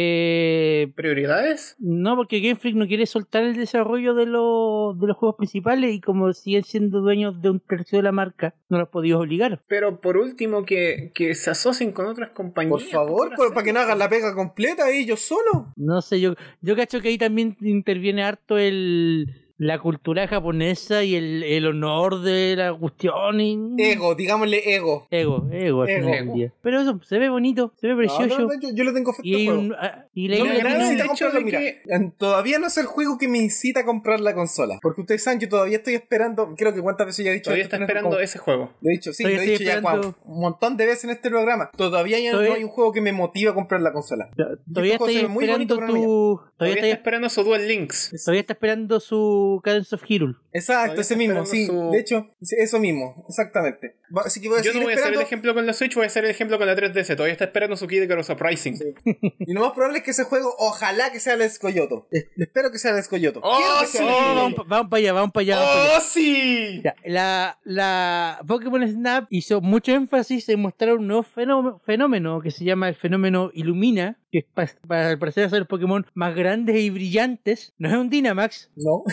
C: Porque.
B: ¿Prioridades?
C: No, porque Game Freak no quiere soltar el desarrollo de, los de los juegos principales y como siguen siendo dueños de un tercio de la marca, no los podías obligar.
B: Pero por último, que, que se asocien con otras compañías. pues,
A: Por favor, por- para que no hagan la pega completa ellos solos.
C: No sé, yo, yo cacho que ahí también interviene harto el, la cultura japonesa y el, el honor de la cuestión. y-
A: Ego, digámosle ego.
C: Ego, ego, al
A: Ego.
C: final del día. Pero eso se ve bonito, se ve
A: No,
C: precioso.
A: no, no, yo, yo le tengo fe a este
C: y,
A: juego.
C: un- ah, y la
B: No
A: No
B: me
A: me
C: idea tiene-
B: agrada el
A: incita a
B: hecho
A: comprarlo,
B: de
A: mira.
B: que-
A: en- Todavía no es el juego que me incita a comprar la consola. Porque ustedes saben, yo todavía estoy esperando. Creo que cuántas veces ya he dicho
B: Todavía
A: esto,
B: está
A: pero
B: esperando
A: como-
B: ese juego.
A: Lo he dicho, sí,
C: Todavía
A: lo he
C: estoy
A: dicho ya
C: esperando-
A: Juan, un montón de veces en este programa. Todavía ya no
C: Todavía-
A: hay un juego que me motive a comprar la consola.
C: Todavía
A: Este juego
C: estoy
A: se ve muy bonito,
C: esperando
A: pero no
C: tu. Todavía
B: Todavía está
C: estoy-
B: esperando su Duel Links.
C: todavía está esperando su Cadence of Hyrule.
B: Todavía
A: Exacto, ese
B: está
A: mismo, sí.
B: esperando su-
A: De hecho, sí, eso mismo, exactamente. Va- Así que voy a
B: Yo no
A: seguir
B: voy a hacer
A: esperando.
B: el ejemplo con la Switch, voy a hacer el ejemplo con la 3DS. Todavía está esperando su Kid Icarus Uprising.
A: Y lo más probable es que ese juego, ojalá que sea el escoyoto. Eh, Espero que sea el escoyoto.
B: ¡Oh,
A: Quiero que sea el
B: sí!
A: Escoyoto.
C: vamos, para allá, vamos para allá. vamos pa' allá.
B: ¡Oh, sí!
C: Ya, La, la Pokémon Snap hizo mucho énfasis en mostrar un nuevo fenómeno, fenómeno que se llama el fenómeno Illumina, que es pa- para al parecer hacer Pokémon más grandes y brillantes. No es un Dynamax,
A: No,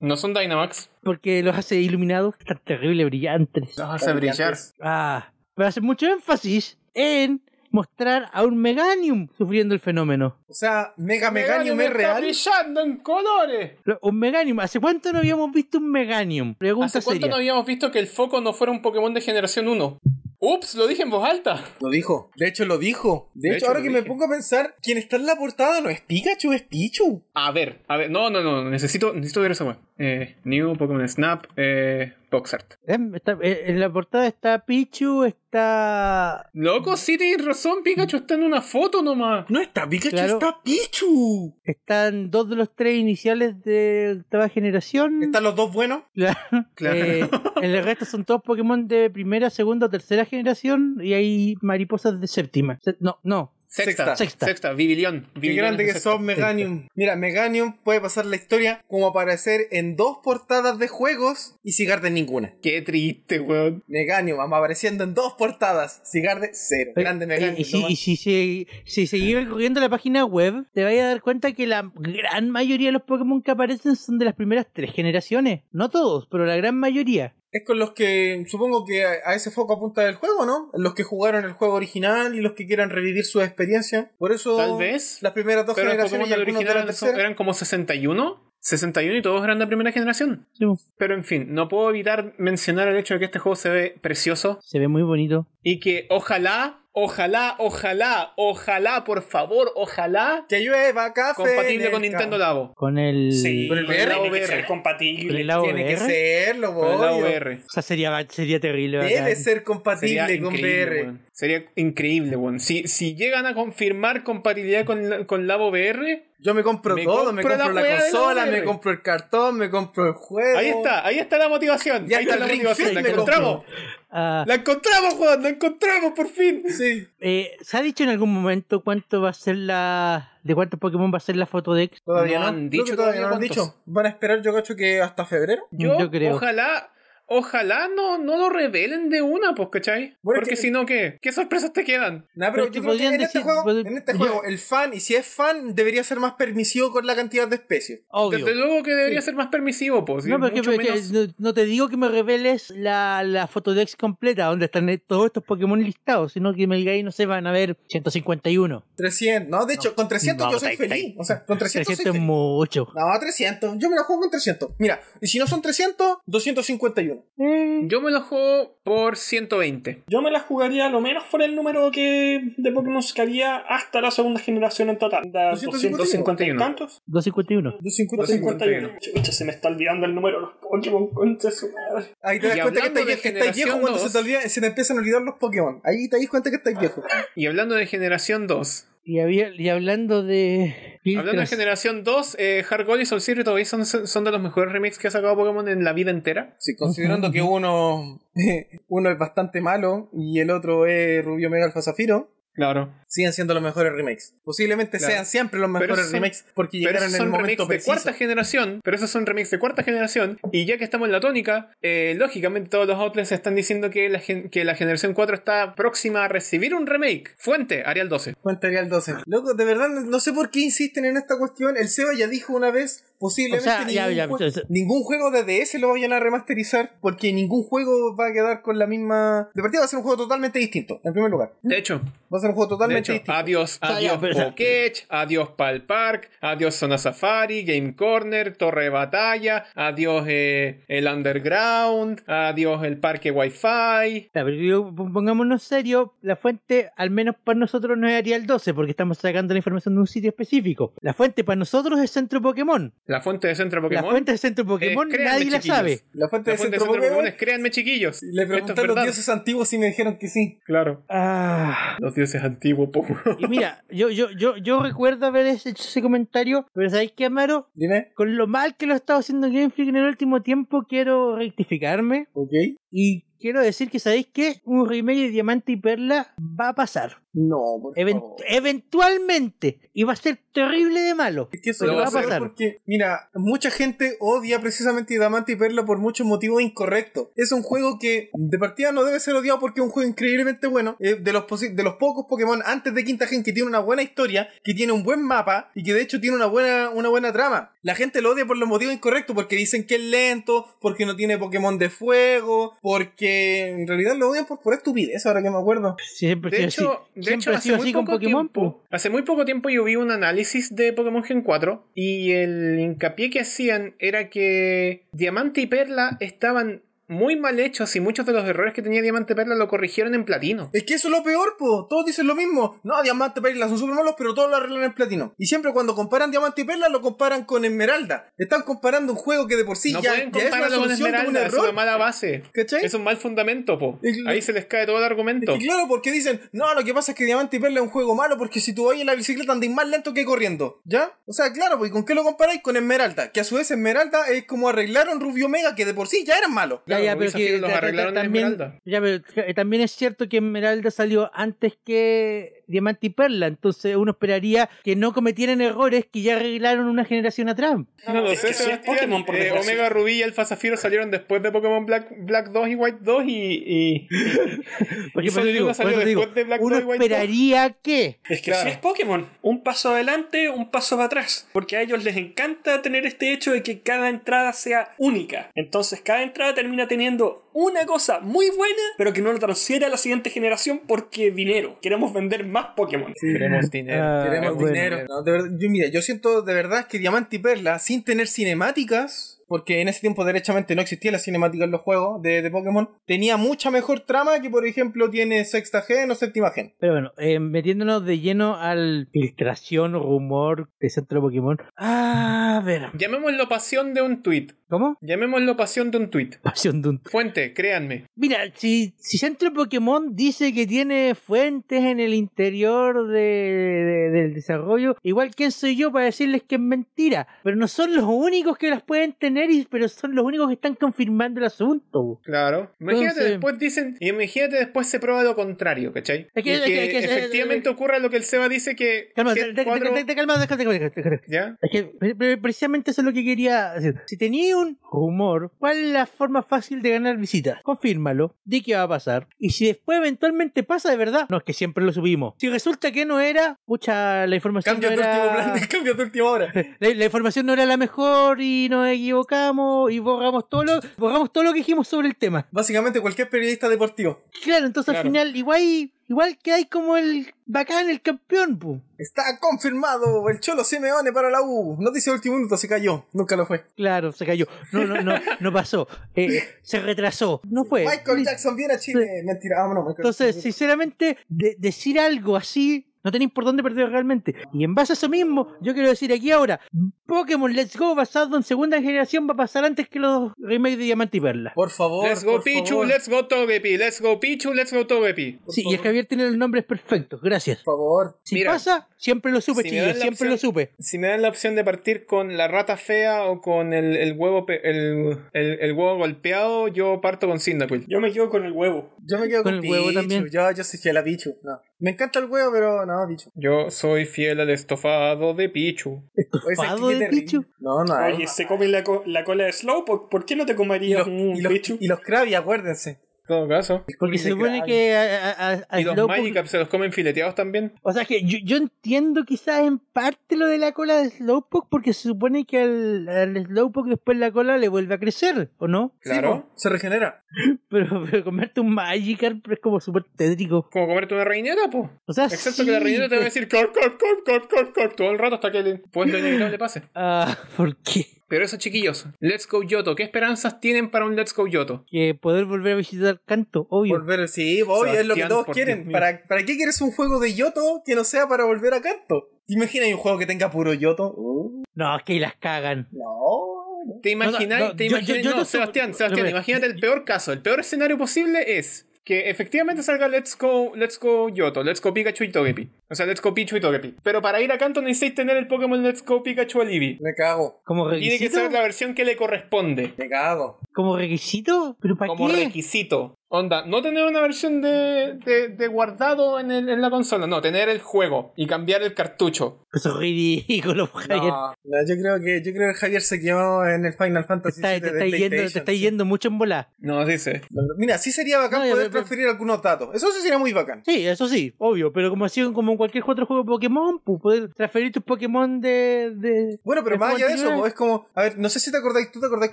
B: No son Dynamax.
C: porque los hace iluminados, están terrible brillantes.
B: Los
A: hace brillar.
C: Ah, pero hace mucho énfasis en mostrar a un Meganium sufriendo el fenómeno.
A: o sea, Mega Meganium es real.
B: brillando en colores.
C: Lo- Un Meganium, ¿hace cuánto no habíamos visto un Meganium? Pregunta
B: ¿Hace cuánto
C: seria.
B: no habíamos visto que el foco no fuera un Pokémon de generación 1? Ups, lo dije en voz alta.
A: Lo dijo, de hecho lo dijo. De,
B: De
A: hecho,
B: hecho,
A: ahora
B: lo
A: que me
B: dije.
A: pongo a pensar, quien está en la portada no es Pikachu, es Pichu.
B: A ver, a ver, no, no, no, necesito, necesito ver esa web. Eh, New Pokémon Snap, eh, Boxart.
C: Em, está- eh, en la portada está Pichu, está
B: Loco, sí tienes razón, Pikachu está en una foto nomás.
A: No está Pikachu,
C: Claro.
A: está Pichu.
C: Están dos de los tres iniciales de octava generación.
A: ¿Están los dos buenos?
C: Claro.
B: Claro.
C: Eh, el resto son todos Pokémon de primera, segunda, tercera generación y hay mariposas de séptima. Se- No, no.
B: Sexta,
A: Sexta.
B: sexta, Bibilión.
A: Qué
B: Bibilión
A: grande
B: es
A: que
B: la
A: son Meganium. Mira, Meganium puede pasar la historia como aparecer en dos portadas de juegos y cigar de ninguna.
B: sexta. Qué triste, weón.
A: Meganium, vamos apareciendo en dos portadas, cigar de cero. Grande Meganium.
C: Eh, Y, y si,
A: nomás.
C: y si, se- si seguís recorriendo la página web, te vas a dar cuenta que la gran mayoría de los Pokémon que aparecen son de las primeras tres generaciones. No todos, pero la gran mayoría.
A: Es con los que supongo que a a ese foco apunta el juego, ¿no? Los que jugaron el juego original y los que quieran revivir su experiencia. Por eso
B: Tal vez.
A: las primeras dos
B: Pero los
A: generaciones
B: Pokémon
A: y
B: del
A: algunos de la
B: original son-
A: tercera.
B: eran como 61. 61 y todos eran de primera generación.
C: Sí,
B: Pero en fin, no puedo evitar mencionar el hecho de que este juego se ve precioso
C: Se ve muy bonito.
B: y que ojalá, ojalá, ojalá, ojalá, por favor, ojalá,
A: Que llueva café. en
B: compatible
A: el
B: con Nintendo Labo.
C: Con el.
D: Sí,
B: con el
D: tiene
B: VR.
D: que ser
C: con el
D: compatible.
C: lado
A: Tiene que
C: VR.
A: serlo,
B: Con el Labo
A: obvio.
B: VR.
C: O sea, sería, sería terrible.
A: Debe
C: bacán.
A: ser compatible
B: Sería
A: con
B: increíble,
A: VR.
B: weón. Sería increíble, weón. Si, si llegan a confirmar compatibilidad con, la- con Labo VR,
A: Yo me compro
B: Me
A: todo,
B: compro
A: me
B: la
A: compro la,
B: weá de la
A: consola,
B: VR.
A: me compro el cartón, me compro el juego.
B: ahí está, ahí está la motivación.
A: Ya
B: ahí
A: está
B: está la
A: el Ring
B: motivación.
A: Fit,
B: La
A: me
B: encontramos.
C: Ah,
B: La encontramos, weón. La encontramos, por fin.
A: Sí.
C: eh, ¿Se ha dicho en algún momento cuánto va a ser la. de cuántos Pokémon va a ser la fotodex?
A: Todavía
B: No
A: no.
B: han
A: Creo
B: dicho
A: que todavía,
B: todavía
A: no lo han
B: cuántos.
A: dicho. Van a esperar, yo cacho, que hasta febrero.
B: Yo,
C: Yo creo.
B: ojalá, ojalá no, no lo revelen de una, pues, ¿cachai?
A: Bueno,
B: Porque
A: es que-
B: si no, ¿qué? ¿Qué sorpresas te quedan?
A: Nah,
C: Pero
A: pero,
C: es que
A: yo creo que en
C: podrían
A: este,
C: decir-
A: juego,
C: pod-
A: en este
C: pod-
A: juego, el fan, y si es fan, debería ser más permisivo con la cantidad de especies.
C: Obvio.
B: Desde luego que debería ser más permisivo, pues.
C: No,
B: y
C: porque,
B: mucho
C: porque
B: menos-
C: no, no te digo que me reveles la, la fotodex completa, donde están eh, todos estos Pokémon listados, sino que me digáis, no sé, van a ver 151.
A: 300, no, de hecho, con 300 yo
C: Vamos,
A: soy
C: está ahí, está ahí.
A: feliz. O sea, con 300,
C: 300
A: soy
C: es
A: feliz.
C: mucho.
A: No, 300. Yo me la juego con 300. Mira, y si no son 300, 251.
C: Eh,
B: Yo me lo juego por 120.
D: Yo me la jugaría a lo menos por el número que de Pokémon que había hasta la segunda generación en total. Da
A: 251.
D: 251. ¿Tantos?
C: 251.
A: 251.
D: 251. Chucha, se me está olvidando el número de los Pokémon, concha de su madre.
A: Ahí te das
B: Y
A: cuenta que
B: hablando
A: estás
B: de
A: vie- que estás viejo
B: generación
A: cuando se te,
B: dos.
A: olvida- se te empiezan a olvidar los Pokémon. Ahí te das cuenta que estás viejo.
B: Y hablando de generación 2.
C: Y, había, y hablando de.
B: Hablando de
C: filtros,
B: generación 2, eh, Hard Gold y Soul Silver todavía son, son de los mejores remakes que ha sacado Pokémon en la vida entera.
A: Sí, considerando que uno, uno es bastante malo y el otro es Rubio Mega Alfa Zafiro,
B: Claro.
A: siguen siendo los mejores remakes. Posiblemente
B: Claro.
A: sean siempre los mejores
B: esos son-
A: remakes porque
B: Pero
A: llegaron
B: esos
A: en el
B: son
A: momento
B: remakes de
A: preciso.
B: cuarta generación. Pero esos son remakes de cuarta generación. Y ya que estamos en la tónica, eh, lógicamente todos los outlets están diciendo que la, gen- que la generación 4 está próxima a recibir un remake. Fuente, Arial 12.
A: Cuenta que al 12. Loco, de verdad, no sé por qué insisten en esta cuestión. El Seba ya dijo una vez, posiblemente
C: O sea, ya,
A: ningún,
C: ya,
A: jue-
C: entonces-
A: ningún juego de DS lo vayan a remasterizar, porque ningún juego va a quedar con la misma... De partida va a ser un juego totalmente distinto, en primer lugar.
B: De hecho,
A: Va a ser un juego
B: De
A: totalmente
B: hecho,
A: distinto.
B: adiós,
C: Ah,
B: adiós
C: ya, pero-
B: Poketch, adiós Pal Park, adiós Zona Safari, Game Corner, Torre de Batalla, adiós eh, el Underground, adiós el Parque Wi-Fi.
C: Ya, pero digo, po- pongámonos serio, la fuente, al menos para nosotros, no es Arial 12, porque estamos sacando la información de un sitio específico. La fuente para nosotros es Centro Pokémon.
B: La fuente de Centro
C: La
B: Pokémon.
C: fuente de Centro Pokémon
B: Eh, créanme,
C: nadie la
B: chiquillos.
C: sabe.
A: La fuente de
B: La fuente de
A: centro
B: Centro
A: Pokémon.
B: Pokémon es créanme chiquillos.
A: Le pregunté
B: Esto
A: a
B: es
A: los
B: verdad.
A: dioses antiguos y me dijeron que sí.
B: Claro,
C: Ah.
B: los dioses antiguos, po.
C: Y mira, yo, yo, yo, yo recuerdo haber hecho ese comentario, pero ¿sabéis qué, Amaro?
A: Dime.
C: Con lo mal que lo he estado haciendo Game Freak en el último tiempo, quiero rectificarme.
A: Ok.
C: Y quiero decir que, ¿sabéis qué? Un remake de Diamante y Perla va a pasar.
A: No, por
C: Even-
B: Oh.
A: favor.
C: Eventualmente. Y va a ser terrible de malo.
A: Es que eso
B: Pero
A: va
B: va
A: a
B: a
A: pasar
C: pasar.
A: porque, mira, mucha gente odia precisamente Diamante y Perla por muchos motivos incorrectos. Es un juego que de partida no debe ser odiado porque es un juego increíblemente bueno. Eh, de, los posi- de los pocos Pokémon antes de Quinta Gen que tiene una buena historia, que tiene un buen mapa y que de hecho tiene una buena, una buena trama. La gente lo odia por los motivos incorrectos, porque dicen que es lento, porque no tiene Pokémon de fuego, porque en realidad lo odian por, por estupidez, ahora que me acuerdo.
C: Siempre ha
B: De
C: sido
B: hecho,
C: así.
B: de
C: Pues Siempre
B: hecho
C: ha sido
B: hace, muy
C: así con
B: poco
C: Pokémon. po.
B: tiempo, hace muy poco tiempo yo vi un análisis de Pokémon Gen 4 y el hincapié que hacían era que Diamante y Perla estaban muy mal hechos y muchos de los errores que tenía Diamante y Perla lo corrigieron en platino.
A: Es que eso es lo peor, po. Todos dicen lo mismo. No, diamante y perla son súper malos, pero todos lo arreglan en platino. Y siempre cuando comparan diamante y perla lo comparan con esmeralda. Están comparando un juego que de por sí
B: no
A: ya,
B: pueden
A: ya es la
B: compararlo con
A: solución de un
B: Esmeralda, es una
A: error.
B: mala base.
A: ¿Cachai?
B: Es un mal fundamento, po.
A: Es que-
B: Ahí se les cae todo el
A: Es
B: argumento.
A: que claro, porque dicen, no, lo que pasa es que Diamante y Perla es un juego malo porque si tú vas en la bicicleta andáis más lento que corriendo, ¿ya? O sea, claro, pues, ¿y con qué lo comparáis? Con Esmeralda, que a su vez Esmeralda es como arreglaron Rubio Mega, que de por sí ya eran malos.
C: Ya,
B: Claro,
C: ya, pero
B: Luis Zafiro
C: que
B: los
C: ta- ta-
B: arreglaron en
C: también,
B: Esmeralda.
C: ya, pero que- eh, también es cierto que Esmeralda salió antes que Diamante y Perla, entonces uno esperaría que no cometieran errores que ya arreglaron una generación atrás.
B: No lo
D: Es
B: sé,
D: que sí es
B: Sebastián.
D: Pokémon, por
B: Eh,
D: desgracia.
B: Omega Rubí y Alfa Zafiro salieron después de Pokémon Black, Black 2 y White 2 y, y-
C: Porque
B: Y
C: por eso
B: Solidum
C: digo,
B: salió
C: por eso digo,
B: después de Black
C: uno
B: Knight White
C: esperaría que
D: Es que
B: Claro.
D: sí es Pokémon, un paso adelante, un paso para atrás, porque a ellos les encanta tener este hecho de que cada entrada sea única. Entonces cada entrada termina teniendo una cosa muy buena, pero que no lo transfiere a la siguiente generación porque dinero. Queremos vender más Pokémon.
B: Queremos dinero.
C: Ah,
A: Queremos
C: bueno.
A: dinero. No, de verdad, yo, mira, yo siento de verdad que Diamante y Perla, sin tener cinemáticas, porque en ese tiempo derechamente no existían las cinemáticas en los juegos de, de Pokémon, tenía mucha mejor trama que, por ejemplo, tiene sexta gen o séptima gen.
C: Pero bueno, eh, metiéndonos de lleno al filtración, rumor de Centro Pokémon. Ah, a ver,
B: Llamémoslo pasión de un tweet.
C: ¿cómo?
B: Llamémoslo pasión de un tweet.
C: Pasión de un
B: Fuente, créanme.
C: Mira, si, si Centro Pokémon dice que tiene fuentes en el interior de- de- del desarrollo, igual quién soy yo para decirles que es mentira. Pero no son los únicos que las pueden tener, y, pero son los únicos que están confirmando el asunto.
B: Claro. Imagínate
C: Entonces-
B: después dicen, y imagínate después se prueba lo contrario, ¿cachai?
C: Es que-
B: Y
C: es que- es que-
B: efectivamente ocurra lo que el Seba dice que...
C: Calma,
B: que
C: te, te-
B: cuatro-
C: te- te- calma, déjate, déjate, déjate, déjate.
B: ¿Ya?
C: Es que pre- pre- precisamente eso es lo que quería decir. Si tenía un rumor, ¿cuál es la forma fácil de ganar visitas? Confírmalo, di que va a pasar. Y si después eventualmente pasa de verdad, no es que siempre lo subimos. Si resulta que no era, pucha, la información
A: Cambio
C: no
A: tu último
C: era...
A: plan, cambio tu última hora.
C: La, la información no era la mejor y nos equivocamos y borramos todo lo, borramos todo lo que dijimos sobre el tema.
A: Básicamente cualquier periodista deportivo.
C: Claro, entonces
B: Claro.
C: al final igual, igual que hay como el bacán, el campeón, pu.
A: Está confirmado el Cholo Simeone para la U. Noticia de último minuto, se cayó. Nunca lo fue.
C: Claro, se cayó. No, no, no, no pasó. Eh, se retrasó. No fue.
A: Michael Jackson viene a Chile. Mentira, vámonos, Michael
C: Entonces, sinceramente, de- decir algo así no tenéis por dónde perder realmente. Y en base a eso mismo, yo quiero decir aquí ahora, Pokémon Let's Go basado en segunda generación va a pasar antes que los remakes de Diamante y Perla.
A: Por favor.
B: Let's go
A: por
B: Pichu,
A: favor,
B: let's go Togepi, let's go Pichu, let's go Togepi.
A: por
C: Sí, y el
A: favor,
C: Javier tiene los nombres perfectos, gracias.
A: Por favor.
C: Si
B: Mira,
C: pasa, siempre lo supe,
B: si me
C: chicos,
B: dan la
C: siempre
B: opción-
C: lo supe.
B: Si me dan la opción de partir con la rata fea o con el, el huevo pe- el, el- el huevo golpeado, yo parto con Cyndaquil.
D: Yo me quedo con el huevo.
A: Yo me quedo
C: Con
A: con,
C: el huevo
A: Pichu.
C: también.
A: Yo, yo soy fiel a Pichu. No. Me encanta el huevo, pero no, Pichu.
B: Yo soy fiel al estofado de Pichu.
A: Oye, ¿sabes
C: Estofado
A: qué? Qué
C: de
A: terrible.
C: Pichu.
A: No, no. hay.
D: Oye, se come la, co- la cola de Slow, ¿por, por qué no te
A: y
D: comerías
A: los,
D: un
A: y los,
D: bicho?
A: y los Krabby, acuérdense.
B: todo caso.
C: Porque se supone que a, a- a- a
B: Y los
C: Slowpoke-
B: Magikarp se los comen fileteados también.
C: O sea que yo, yo entiendo quizás en parte lo de la cola de Slowpoke porque se supone que al, al Slowpoke después la cola le vuelve a crecer, ¿o no?
B: Claro.
A: Sí, po, se regenera.
C: Pero, pero comerte un Magikarp es como súper tétrico.
B: Como comerte una reineta, po.
C: O sea,
B: Excepto
C: sí,
B: que la reineta te va a decir corp, corp, corp, corp, corp, corp todo el rato hasta que le, pues lo inevitable pase.
C: Ah, ¿por qué?
B: Pero eso, chiquillos, Let's Go Yoto, ¿qué esperanzas tienen para un Let's Go Yoto?
C: Que poder volver a visitar Canto, obvio.
A: Volver, sí, voy, es lo que
B: Sebastián,
A: todos
B: por Dios
A: quieren.
B: mío.
A: ¿Para, ¿Para qué quieres un juego de Yoto que no sea para volver a Canto? Imagina un juego que tenga puro Yoto. Uh,
C: No, es que ahí las cagan.
A: no, no.
B: ¿Te imaginas?
C: no,
B: te
C: yo-
B: imaginas-
C: yo- yo
B: no,
C: no sé-
B: Sebastián, Sebastián,
C: no, pero-
B: imagínate el peor caso. El peor escenario posible es que efectivamente salga Let's Go, Let's Go Yoto, Let's Go Pikachu y Togepi. O sea, Let's Go Pichu y Togepi. Pero para ir a Kanto necesitáis tener el Pokémon Let's Go Pikachu Eevee.
A: Me cago,
C: Como
B: Tiene que
C: requisito.
B: ser la versión que le corresponde.
A: me cago.
C: Como requisito. Pero para
B: Como
C: qué?
B: requisito. Onda, no tener una versión de, de- de guardado en, el- en la consola, no, tener el juego y cambiar el cartucho.
C: Eso Pues es ridículo, pues, Javier.
A: No, no, yo creo que yo creo que Javier se quedó en el Final
C: Te
A: Fantasy
C: está,
A: VII
C: te
A: de
C: está yendo, te
A: PlayStation.
C: está yendo mucho en bola.
B: No, dice.
A: Mira, sí sería bacán
C: No, ya,
A: poder
C: pero- pero-
A: transferir algunos datos. Eso sí sería muy bacán.
C: Sí, eso sí, obvio, pero como así como en cualquier otro juego de Pokémon, pues poder transferir tus Pokémon de, de-
A: Bueno, pero
C: El
A: más allá de eso,
C: 49.
A: po, es como, a ver, no sé si te acordáis, ¿tú te acordáis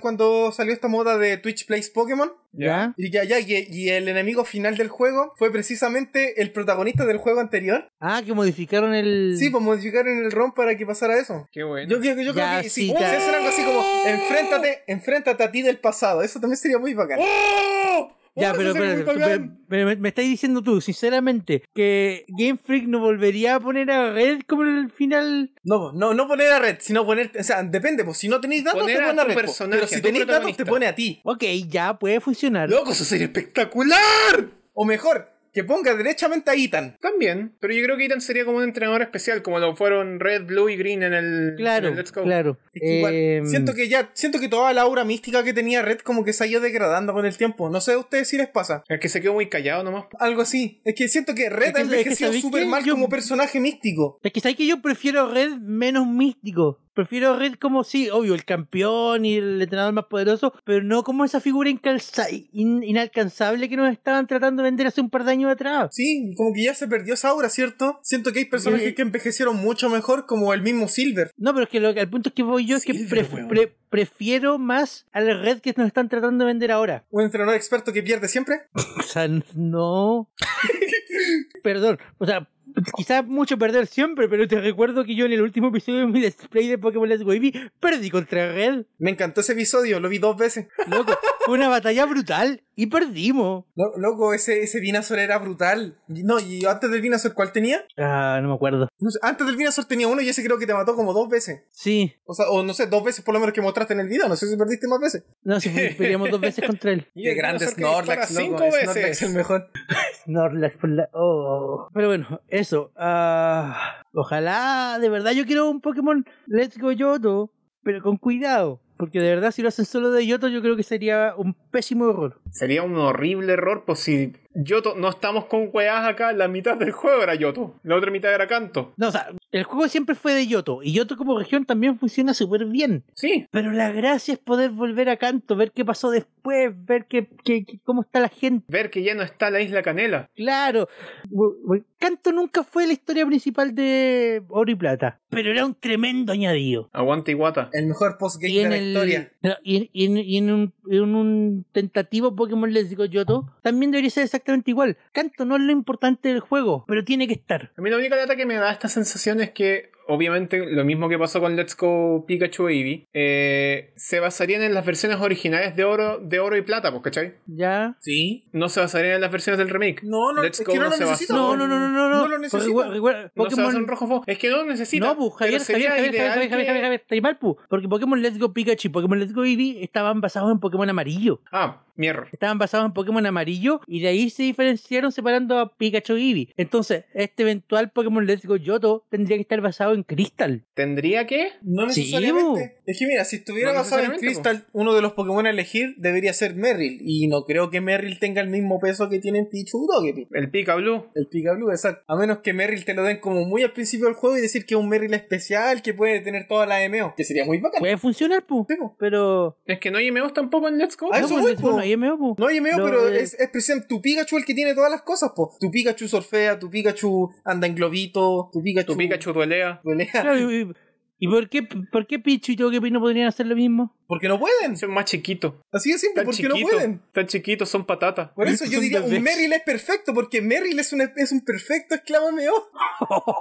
A: cuando salió esta moda de Twitch Plays Pokémon?
C: ¿Ya?
A: Y ya, ya, y, y el enemigo final del juego fue precisamente el protagonista del juego anterior.
C: Ah, que modificaron el...
A: Sí, pues modificaron el ROM para que pasara eso.
B: Qué bueno.
A: Yo creo que yo creo
C: Ya,
A: que
C: sí,
A: si
C: ya.
A: si hacen algo así como enfréntate, enfréntate a ti del pasado, eso también sería muy bacán.
C: ¡Oh! ya, pero, pero, pero- pero me, me estáis diciendo tú, sinceramente, que Game Freak no volvería a poner a Red como en el final...
A: No, no, no poner a red, sino poner, o sea, depende, pues si no tenéis datos
B: Poner
A: te
B: a
A: ponen a
B: tu
A: red. po.
B: personaje,
A: Pero
B: a
A: si
B: tu
A: tenéis datos
B: protagonista.
A: te pone a ti.
C: Ok, ya, puede funcionar.
B: Loco, eso sería espectacular.
A: O mejor, que ponga derechamente a Ethan.
B: También, pero yo creo que Ethan sería como un entrenador especial, como lo fueron Red, Blue y Green en el,
C: Claro,
B: en el Let's Go.
C: claro.
A: Es que igual,
C: Eh,
A: siento que ya, siento que toda la aura mística que tenía Red como que se ha ido degradando con el tiempo. No sé a ustedes si les pasa.
B: Es que se quedó muy callado nomás.
A: Algo así. Es que siento que Red
C: Es que-
A: ha
C: es que
A: envejecido
C: ¿sabéis
A: súper
C: qué?
A: mal
C: Yo-
A: como personaje místico.
C: Es que sabes que yo prefiero a Red menos místico. Prefiero a Red como, sí, obvio, el campeón y el entrenador más poderoso, pero no como esa figura incalza- in- inalcanzable que nos estaban tratando de vender hace un par de años atrás.
A: Sí, como que ya se perdió esa aura, ¿cierto? Siento que hay personajes
C: Sí.
A: que envejecieron mucho mejor, como el mismo Silver.
C: No, pero es que lo, el punto es que voy yo es que
B: Sí,
C: pref-
B: weón.
C: pre- prefiero más a la Red que nos están tratando de vender ahora.
A: Un entrenador experto que pierde siempre.
C: O sea, n- no. Perdón, o sea, quizás mucho perder siempre, pero te recuerdo que yo en el último episodio de mi display de Pokémon Let's Go EV perdí contra Red.
A: Me encantó ese episodio, lo vi dos veces.
C: Loco, fue una batalla brutal y perdimos.
A: Lo- loco, ese, ese Vinazor era brutal. Y- No, y antes del Vinazor, ¿cuál tenía?
C: Ah, no me acuerdo.
A: No sé, antes del Vinazor tenía uno y ese creo que te mató como dos veces.
C: Sí.
A: O sea, o no sé, dos veces por lo menos que mostraste en el video. No sé si perdiste más veces.
C: No, si fu- peleamos dos veces contra él.
B: Y el Bulbasaur que dispara cinco
A: Snorlax
B: veces.
A: es el mejor.
C: Snorlax por la- oh. Pero bueno, eso. ah, ojalá, de verdad, yo quiero un Pokémon Let's Go Yoto, pero con cuidado. Porque de verdad, si lo hacen solo de Yoto, yo creo que sería un pésimo error.
B: Sería un horrible error, pues si Yoto, no estamos con weas acá, la mitad del juego era Yoto, la otra mitad era Canto.
C: No, o sea, el juego siempre fue de Yoto. Y Yoto como región también funciona súper bien.
B: Sí,
C: Pero la gracia es poder volver a Canto, ver qué pasó después, ver qué, qué- qué- cómo está la gente.
B: ver que ya no está la isla Canela.
C: Claro, Bu- bu- Canto nunca fue la historia principal de Oro y Plata, pero era un tremendo añadido.
B: Aguante Iguata.
A: El mejor postgame
C: Y
A: de
C: en,
A: la
C: el,
A: historia.
C: no, y en- y en- y en un, en un tentativo Pokémon Let's Go Yoto, también debería ser exactamente igual. Canto no es lo importante del juego, pero tiene que estar.
B: A mí la única data que me da esta sensación es que, obviamente, lo mismo que pasó con Let's Go Pikachu e Eevee, eh, se basarían en las versiones originales de oro, de oro y plata, pues, ¿cachai?
C: ¿Ya?
A: Sí.
B: No se basarían en las versiones del remake.
A: No, no,
B: Let's
A: es
B: Go
A: que no,
B: no
A: lo
B: se
A: necesito.
C: No, no, no, no, no.
A: No lo necesito.
C: Porque, igual- igual,
B: No se basan
C: Pokémon...
B: en rojos vos. Es que no necesita.
C: No, pues, Javier,
B: pero sería
C: Javier, Javier,
B: ideal
C: Javier, Javier,
B: que-
C: Javier, Javier, estáis mal, pu. Porque Pokémon Let's Go Pikachu y Pokémon Let's Go Eevee estaban basados en Pokémon amarillo.
B: Ah, mi error.
C: estaban basados en Pokémon amarillo y de ahí se diferenciaron separando a Pikachu y Eevee. Entonces, este eventual Pokémon Let's Go Yoto tendría que estar basado en en Crystal.
B: ¿Tendría que?
A: No
C: Sí,
A: necesariamente. es que mira, si estuviera
B: No
A: basado en
B: necesariamente,
A: Crystal, uno de los Pokémon a elegir debería ser Merrill. Y no creo que Merrill tenga el mismo peso que tiene en Pichu Doggett.
B: ¿El Pika Blue?
A: El Pikachu, exacto. A menos que Merrill te lo den como muy al principio del juego y decir que es un Merrill especial que puede tener toda la MO. Que sería muy bacán.
C: Puede funcionar, pu.
A: Sí, po.
C: Pero.
B: Es que no hay MOs tampoco en Let's Go.
A: Ah,
C: no,
A: eso
C: pues,
A: voy,
C: es
A: po.
C: bueno, ahí es medio, pu.
A: No hay MO,
C: Lo-
A: pero
C: eh,
A: es, es presente tu Pikachu el que tiene todas las cosas, po. Tu Pikachu surfea, tu Pikachu anda en globito, tu Pikachu...
B: Tu Pikachu duelea.
A: pelea.
C: claro, y, y- ¿y por qué, por qué Pichu y Togepi no podrían hacer lo mismo?
A: Porque no pueden.
B: Es más chiquito.
A: Así de simple,
B: Tan
A: porque
B: chiquito.
A: no pueden.
B: Tan chiquito, son patatas.
A: Por eso yo
C: Son
A: diría,
C: bebés.
A: un Merrill es perfecto, porque Merrill es un, es un perfecto esclavo MO.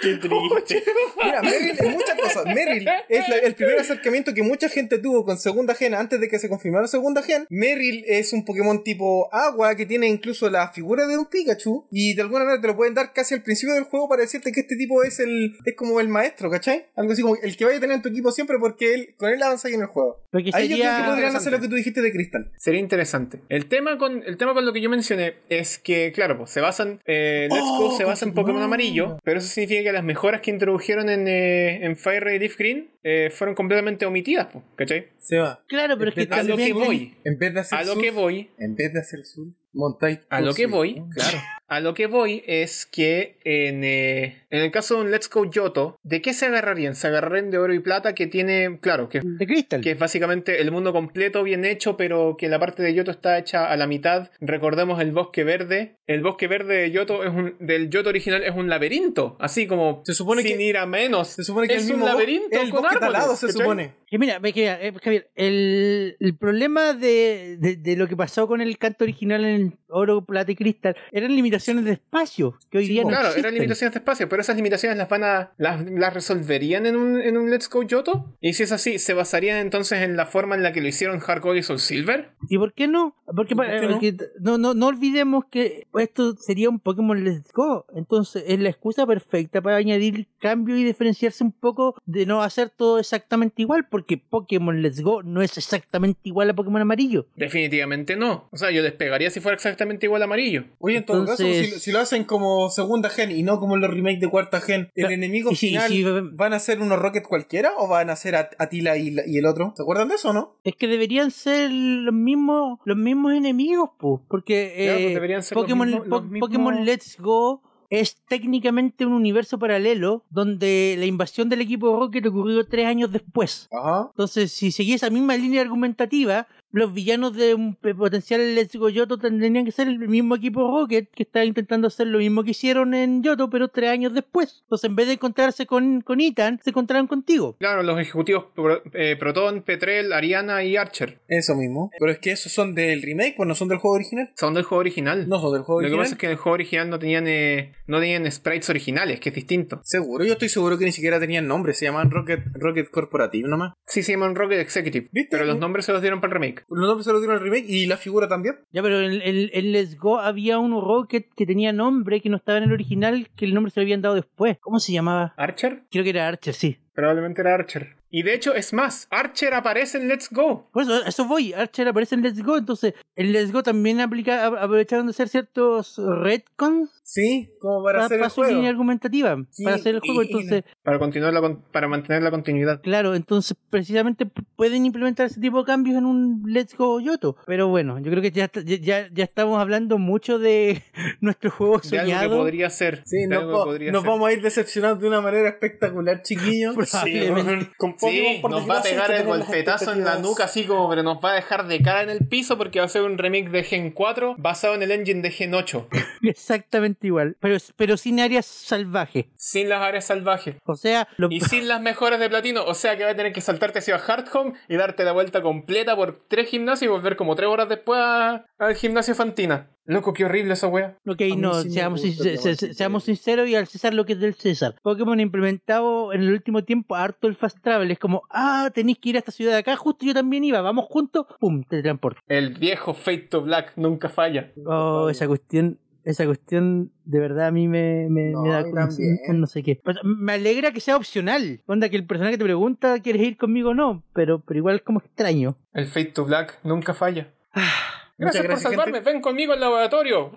D: Qué triste.
A: Mira, Merrill es muchas cosas. Merrill es la- el primer acercamiento que mucha gente tuvo con segunda gen antes de que se confirmara segunda gen. Merrill es un Pokémon tipo agua que tiene incluso la figura de un Pikachu y de alguna manera te lo pueden dar casi al principio del juego para decirte que este tipo es el es como el maestro, ¿cachai? Algo así como el que vaya a tener en tu equipo siempre porque él con él avanza ahí en el juego.
C: Porque
A: Ahí yo creo que
C: sería.
A: podrían hacer lo que tú dijiste de Crystal.
B: Sería interesante. El tema con, el tema con lo que yo mencioné es que, claro, pues, se basan. eh, Let's Go
C: Oh,
B: se basa en
C: conchetumare.
B: Pokémon amarillo, pero eso significa que las mejoras que introdujeron en, eh, en Fire Red Leaf Green eh, fueron completamente omitidas, pues, ¿cachai?
A: Se va.
C: Claro, pero es que
B: A lo que
C: también-
B: voy.
A: En vez de hacer
B: A lo
A: surf,
B: que voy
A: En vez de hacer sur, montáis.
B: A
A: tú
B: lo que
A: sur,
B: voy,
A: ¿no?
B: claro. A lo que voy es que en, eh, en el caso de un Let's Go Yoto, ¿de qué se agarrarían? Se agarrarían de oro y plata que tiene, claro, que,
C: de Crystal.
B: que es básicamente el mundo completo bien hecho, pero que la parte de Yoto está hecha a la mitad. Recordemos el bosque verde. El bosque verde de Yoto es un, del Yoto original es un laberinto, así como
A: Se supone
B: sin
A: que-
B: ir a menos.
A: Se supone que
B: es
A: el
B: un
A: mismo bo-
B: laberinto
A: el
B: con
A: bosque
B: árboles,
A: talado, se
B: ¿cachai?
A: supone.
C: Que mira, ve que, eh, Javier, el, el problema de, de- de lo que pasó con el canto original en Oro, Plata y Cristal eran limitaciones de espacio, que hoy
A: Sí,
C: día
A: po.
C: no
B: Claro,
C: existen.
B: eran limitaciones de espacio, pero esas limitaciones las van a. las, las resolverían en un, en un Let's Go Yoto. Y si es así, ¿se basarían entonces en la forma en la que lo hicieron Hard Gold y Soul Silver?
C: ¿Y por qué no? Porque,
A: ¿Y por qué no?
C: porque no? no, no olvidemos que esto sería un Pokémon Let's Go. Entonces es la excusa perfecta para añadir cambio y diferenciarse un poco de no hacer todo exactamente igual, porque Pokémon Let's Go no es exactamente igual a Pokémon Amarillo.
B: Definitivamente no. O sea, yo despegaría si fuera exactamente igual a amarillo.
A: Oye, en todo caso,
C: Entonces-
A: si, lo- si lo hacen como segunda gen y no como los remakes de cuarta gen, ¿el
C: Claro,
A: enemigo
C: y si-
A: final
C: si-
A: van a ser unos Rocket cualquiera o van a ser At- Atila y, la- y el otro? ¿Se acuerdan de eso o no?
C: Es que deberían ser los mismos, los mismos enemigos, pues. Porque
B: Ya, pues
C: eh,
B: deberían ser los
C: Pokémon,
B: mismos-
C: Po-
B: los mismos-
C: Pokémon Let's Go es técnicamente un universo paralelo donde la invasión del equipo Rocket ocurrió tres años después.
A: Ajá.
C: Entonces, si seguía esa misma línea argumentativa, los villanos de un pe- potencial Let's Go Yoto tendrían que ser el mismo equipo Rocket que está intentando hacer lo mismo que hicieron en Yoto, pero tres años después. Entonces, en vez de encontrarse con, con Ethan, se encontraron contigo.
B: Claro, los ejecutivos Pro- eh, Proton, Petrel, Ariana y Archer
A: Eso mismo. Pero es que esos son del remake, pues no son del juego original.
B: son del juego original.
A: No son del juego
B: Lo que
A: original.
B: pasa es que en el juego original no tenían, eh, no tenían sprites originales, que es distinto.
A: Seguro, yo estoy seguro que ni siquiera tenían nombre, se llamaban Rocket, Rocket Corporative nomás.
B: Sí, se llaman Rocket Executive,
A: ¿Viste?
B: pero los nombres se los dieron para el remake.
A: Los nombres se los dieron al remake y la figura también.
C: Ya, pero en, en- en Let's Go había un Rocket que tenía nombre que no estaba en el original, que el nombre se lo habían dado después. ¿Cómo se llamaba?
B: ¿Archer?
C: Creo que era Archer, sí.
B: Probablemente era Archer. Y de hecho, es más, Archer aparece en Let's Go.
C: Por eso, a eso voy. Archer aparece en Let's Go, entonces en Let's Go también aplica, a- aprovecharon de hacer ciertos retcons
A: Sí, como para
C: para,
A: hacer
C: para
A: el
C: su línea
A: juego.
C: argumentativa,
A: Sí,
C: para hacer el juego.
A: y-
C: Entonces,
B: Para continuar la con- para mantener la continuidad.
C: claro, entonces precisamente p- pueden implementar ese tipo de cambios en un Let's Go Yoto. Pero bueno, yo creo que ya, está- ya- ya, ya estamos hablando mucho de nuestro juego
B: De algo que
C: soñado.
B: podría ser.
A: Sí,
B: de
A: nos,
B: algo que
A: va-
B: podría
A: nos
B: ser.
A: vamos a ir decepcionados de una manera espectacular, chiquillos.
C: Probablemente.
D: con Pokémon,
B: Sí,
D: por
B: nos va a
D: desgracia, hay que
B: pegar el
D: tener las
B: golpetazo en la
D: expectativas.
B: nuca, así como, pero nos va a dejar de cara en el piso porque va a ser un remix de Gen 4 basado en el engine de Gen 8,
C: Exactamente igual, pero, pero sin áreas salvajes.
B: sin las áreas salvajes
C: O sea, lo-
B: y sin las mejoras de platino. O sea que va a tener que saltarte hacia Hardhome y darte la vuelta completa por tres gimnasios y volver como tres horas después a- al gimnasio Fantina. Loco, qué horrible esa wea.
C: ok,
A: mí
C: no,
A: sí me
C: seamos,
A: gusta
C: sin-
A: el
C: se-
A: Diamante
C: se-
A: y
C: seamos
A: Perla.
C: sinceros y al César lo que es del César. Pokémon ha implementado en el último tiempo harto el fast travel. Es como, ah, tenéis que ir a esta ciudad de acá, justo yo también iba, vamos juntos, pum, te transporto.
B: El viejo Fate to Black nunca falla.
C: Oh, esa cuestión. Esa cuestión de verdad a mí me, me,
A: No,
C: me da
A: a mí
C: un-
A: también.
C: un no sé qué. O sea, me alegra que sea opcional. Onda que el personaje te pregunta, ¿quieres ir conmigo o no? Pero, pero igual es como extraño.
B: El Fate to Black nunca falla.
A: Muchas
B: Ah, Gracias,
A: gracias,
B: por salvarme, ven conmigo al laboratorio.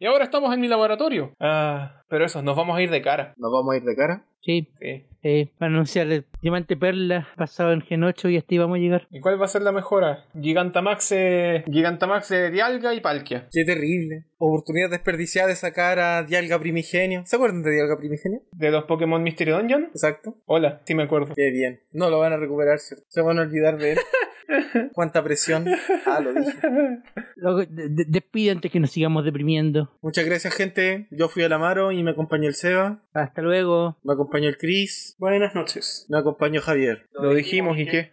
B: Y ahora estamos en mi laboratorio. Ah, pero eso, nos vamos a ir de cara.
A: Nos vamos a ir de cara.
C: Sí,
B: Sí.
C: sí. Para anunciar el Diamante Perla pasado en Gen 8 y hasta ahí vamos a llegar.
B: ¿Y cuál va a ser la mejora? Gigantamax, eh, Gigantamax de Dialga y Palkia.
A: Qué terrible. Oportunidad desperdiciada de sacar a Dialga Primigenio. ¿Se acuerdan de Dialga Primigenio?
B: ¿De los Pokémon Mystery Dungeon?
A: Exacto.
B: Hola, sí me acuerdo.
A: Qué bien. No lo van a recuperar, ¿cierto? Se van a olvidar de él. Cuánta presión. Ah, lo dije.
C: Luego, de- de- despide antes que nos sigamos deprimiendo.
A: Muchas gracias, gente. Yo fui al Amaro y me acompañó el Seba.
C: Hasta luego.
A: Me acompañó el Chris.
D: Buenas noches.
A: Me acompañó Javier.
B: Lo dijimos y qué.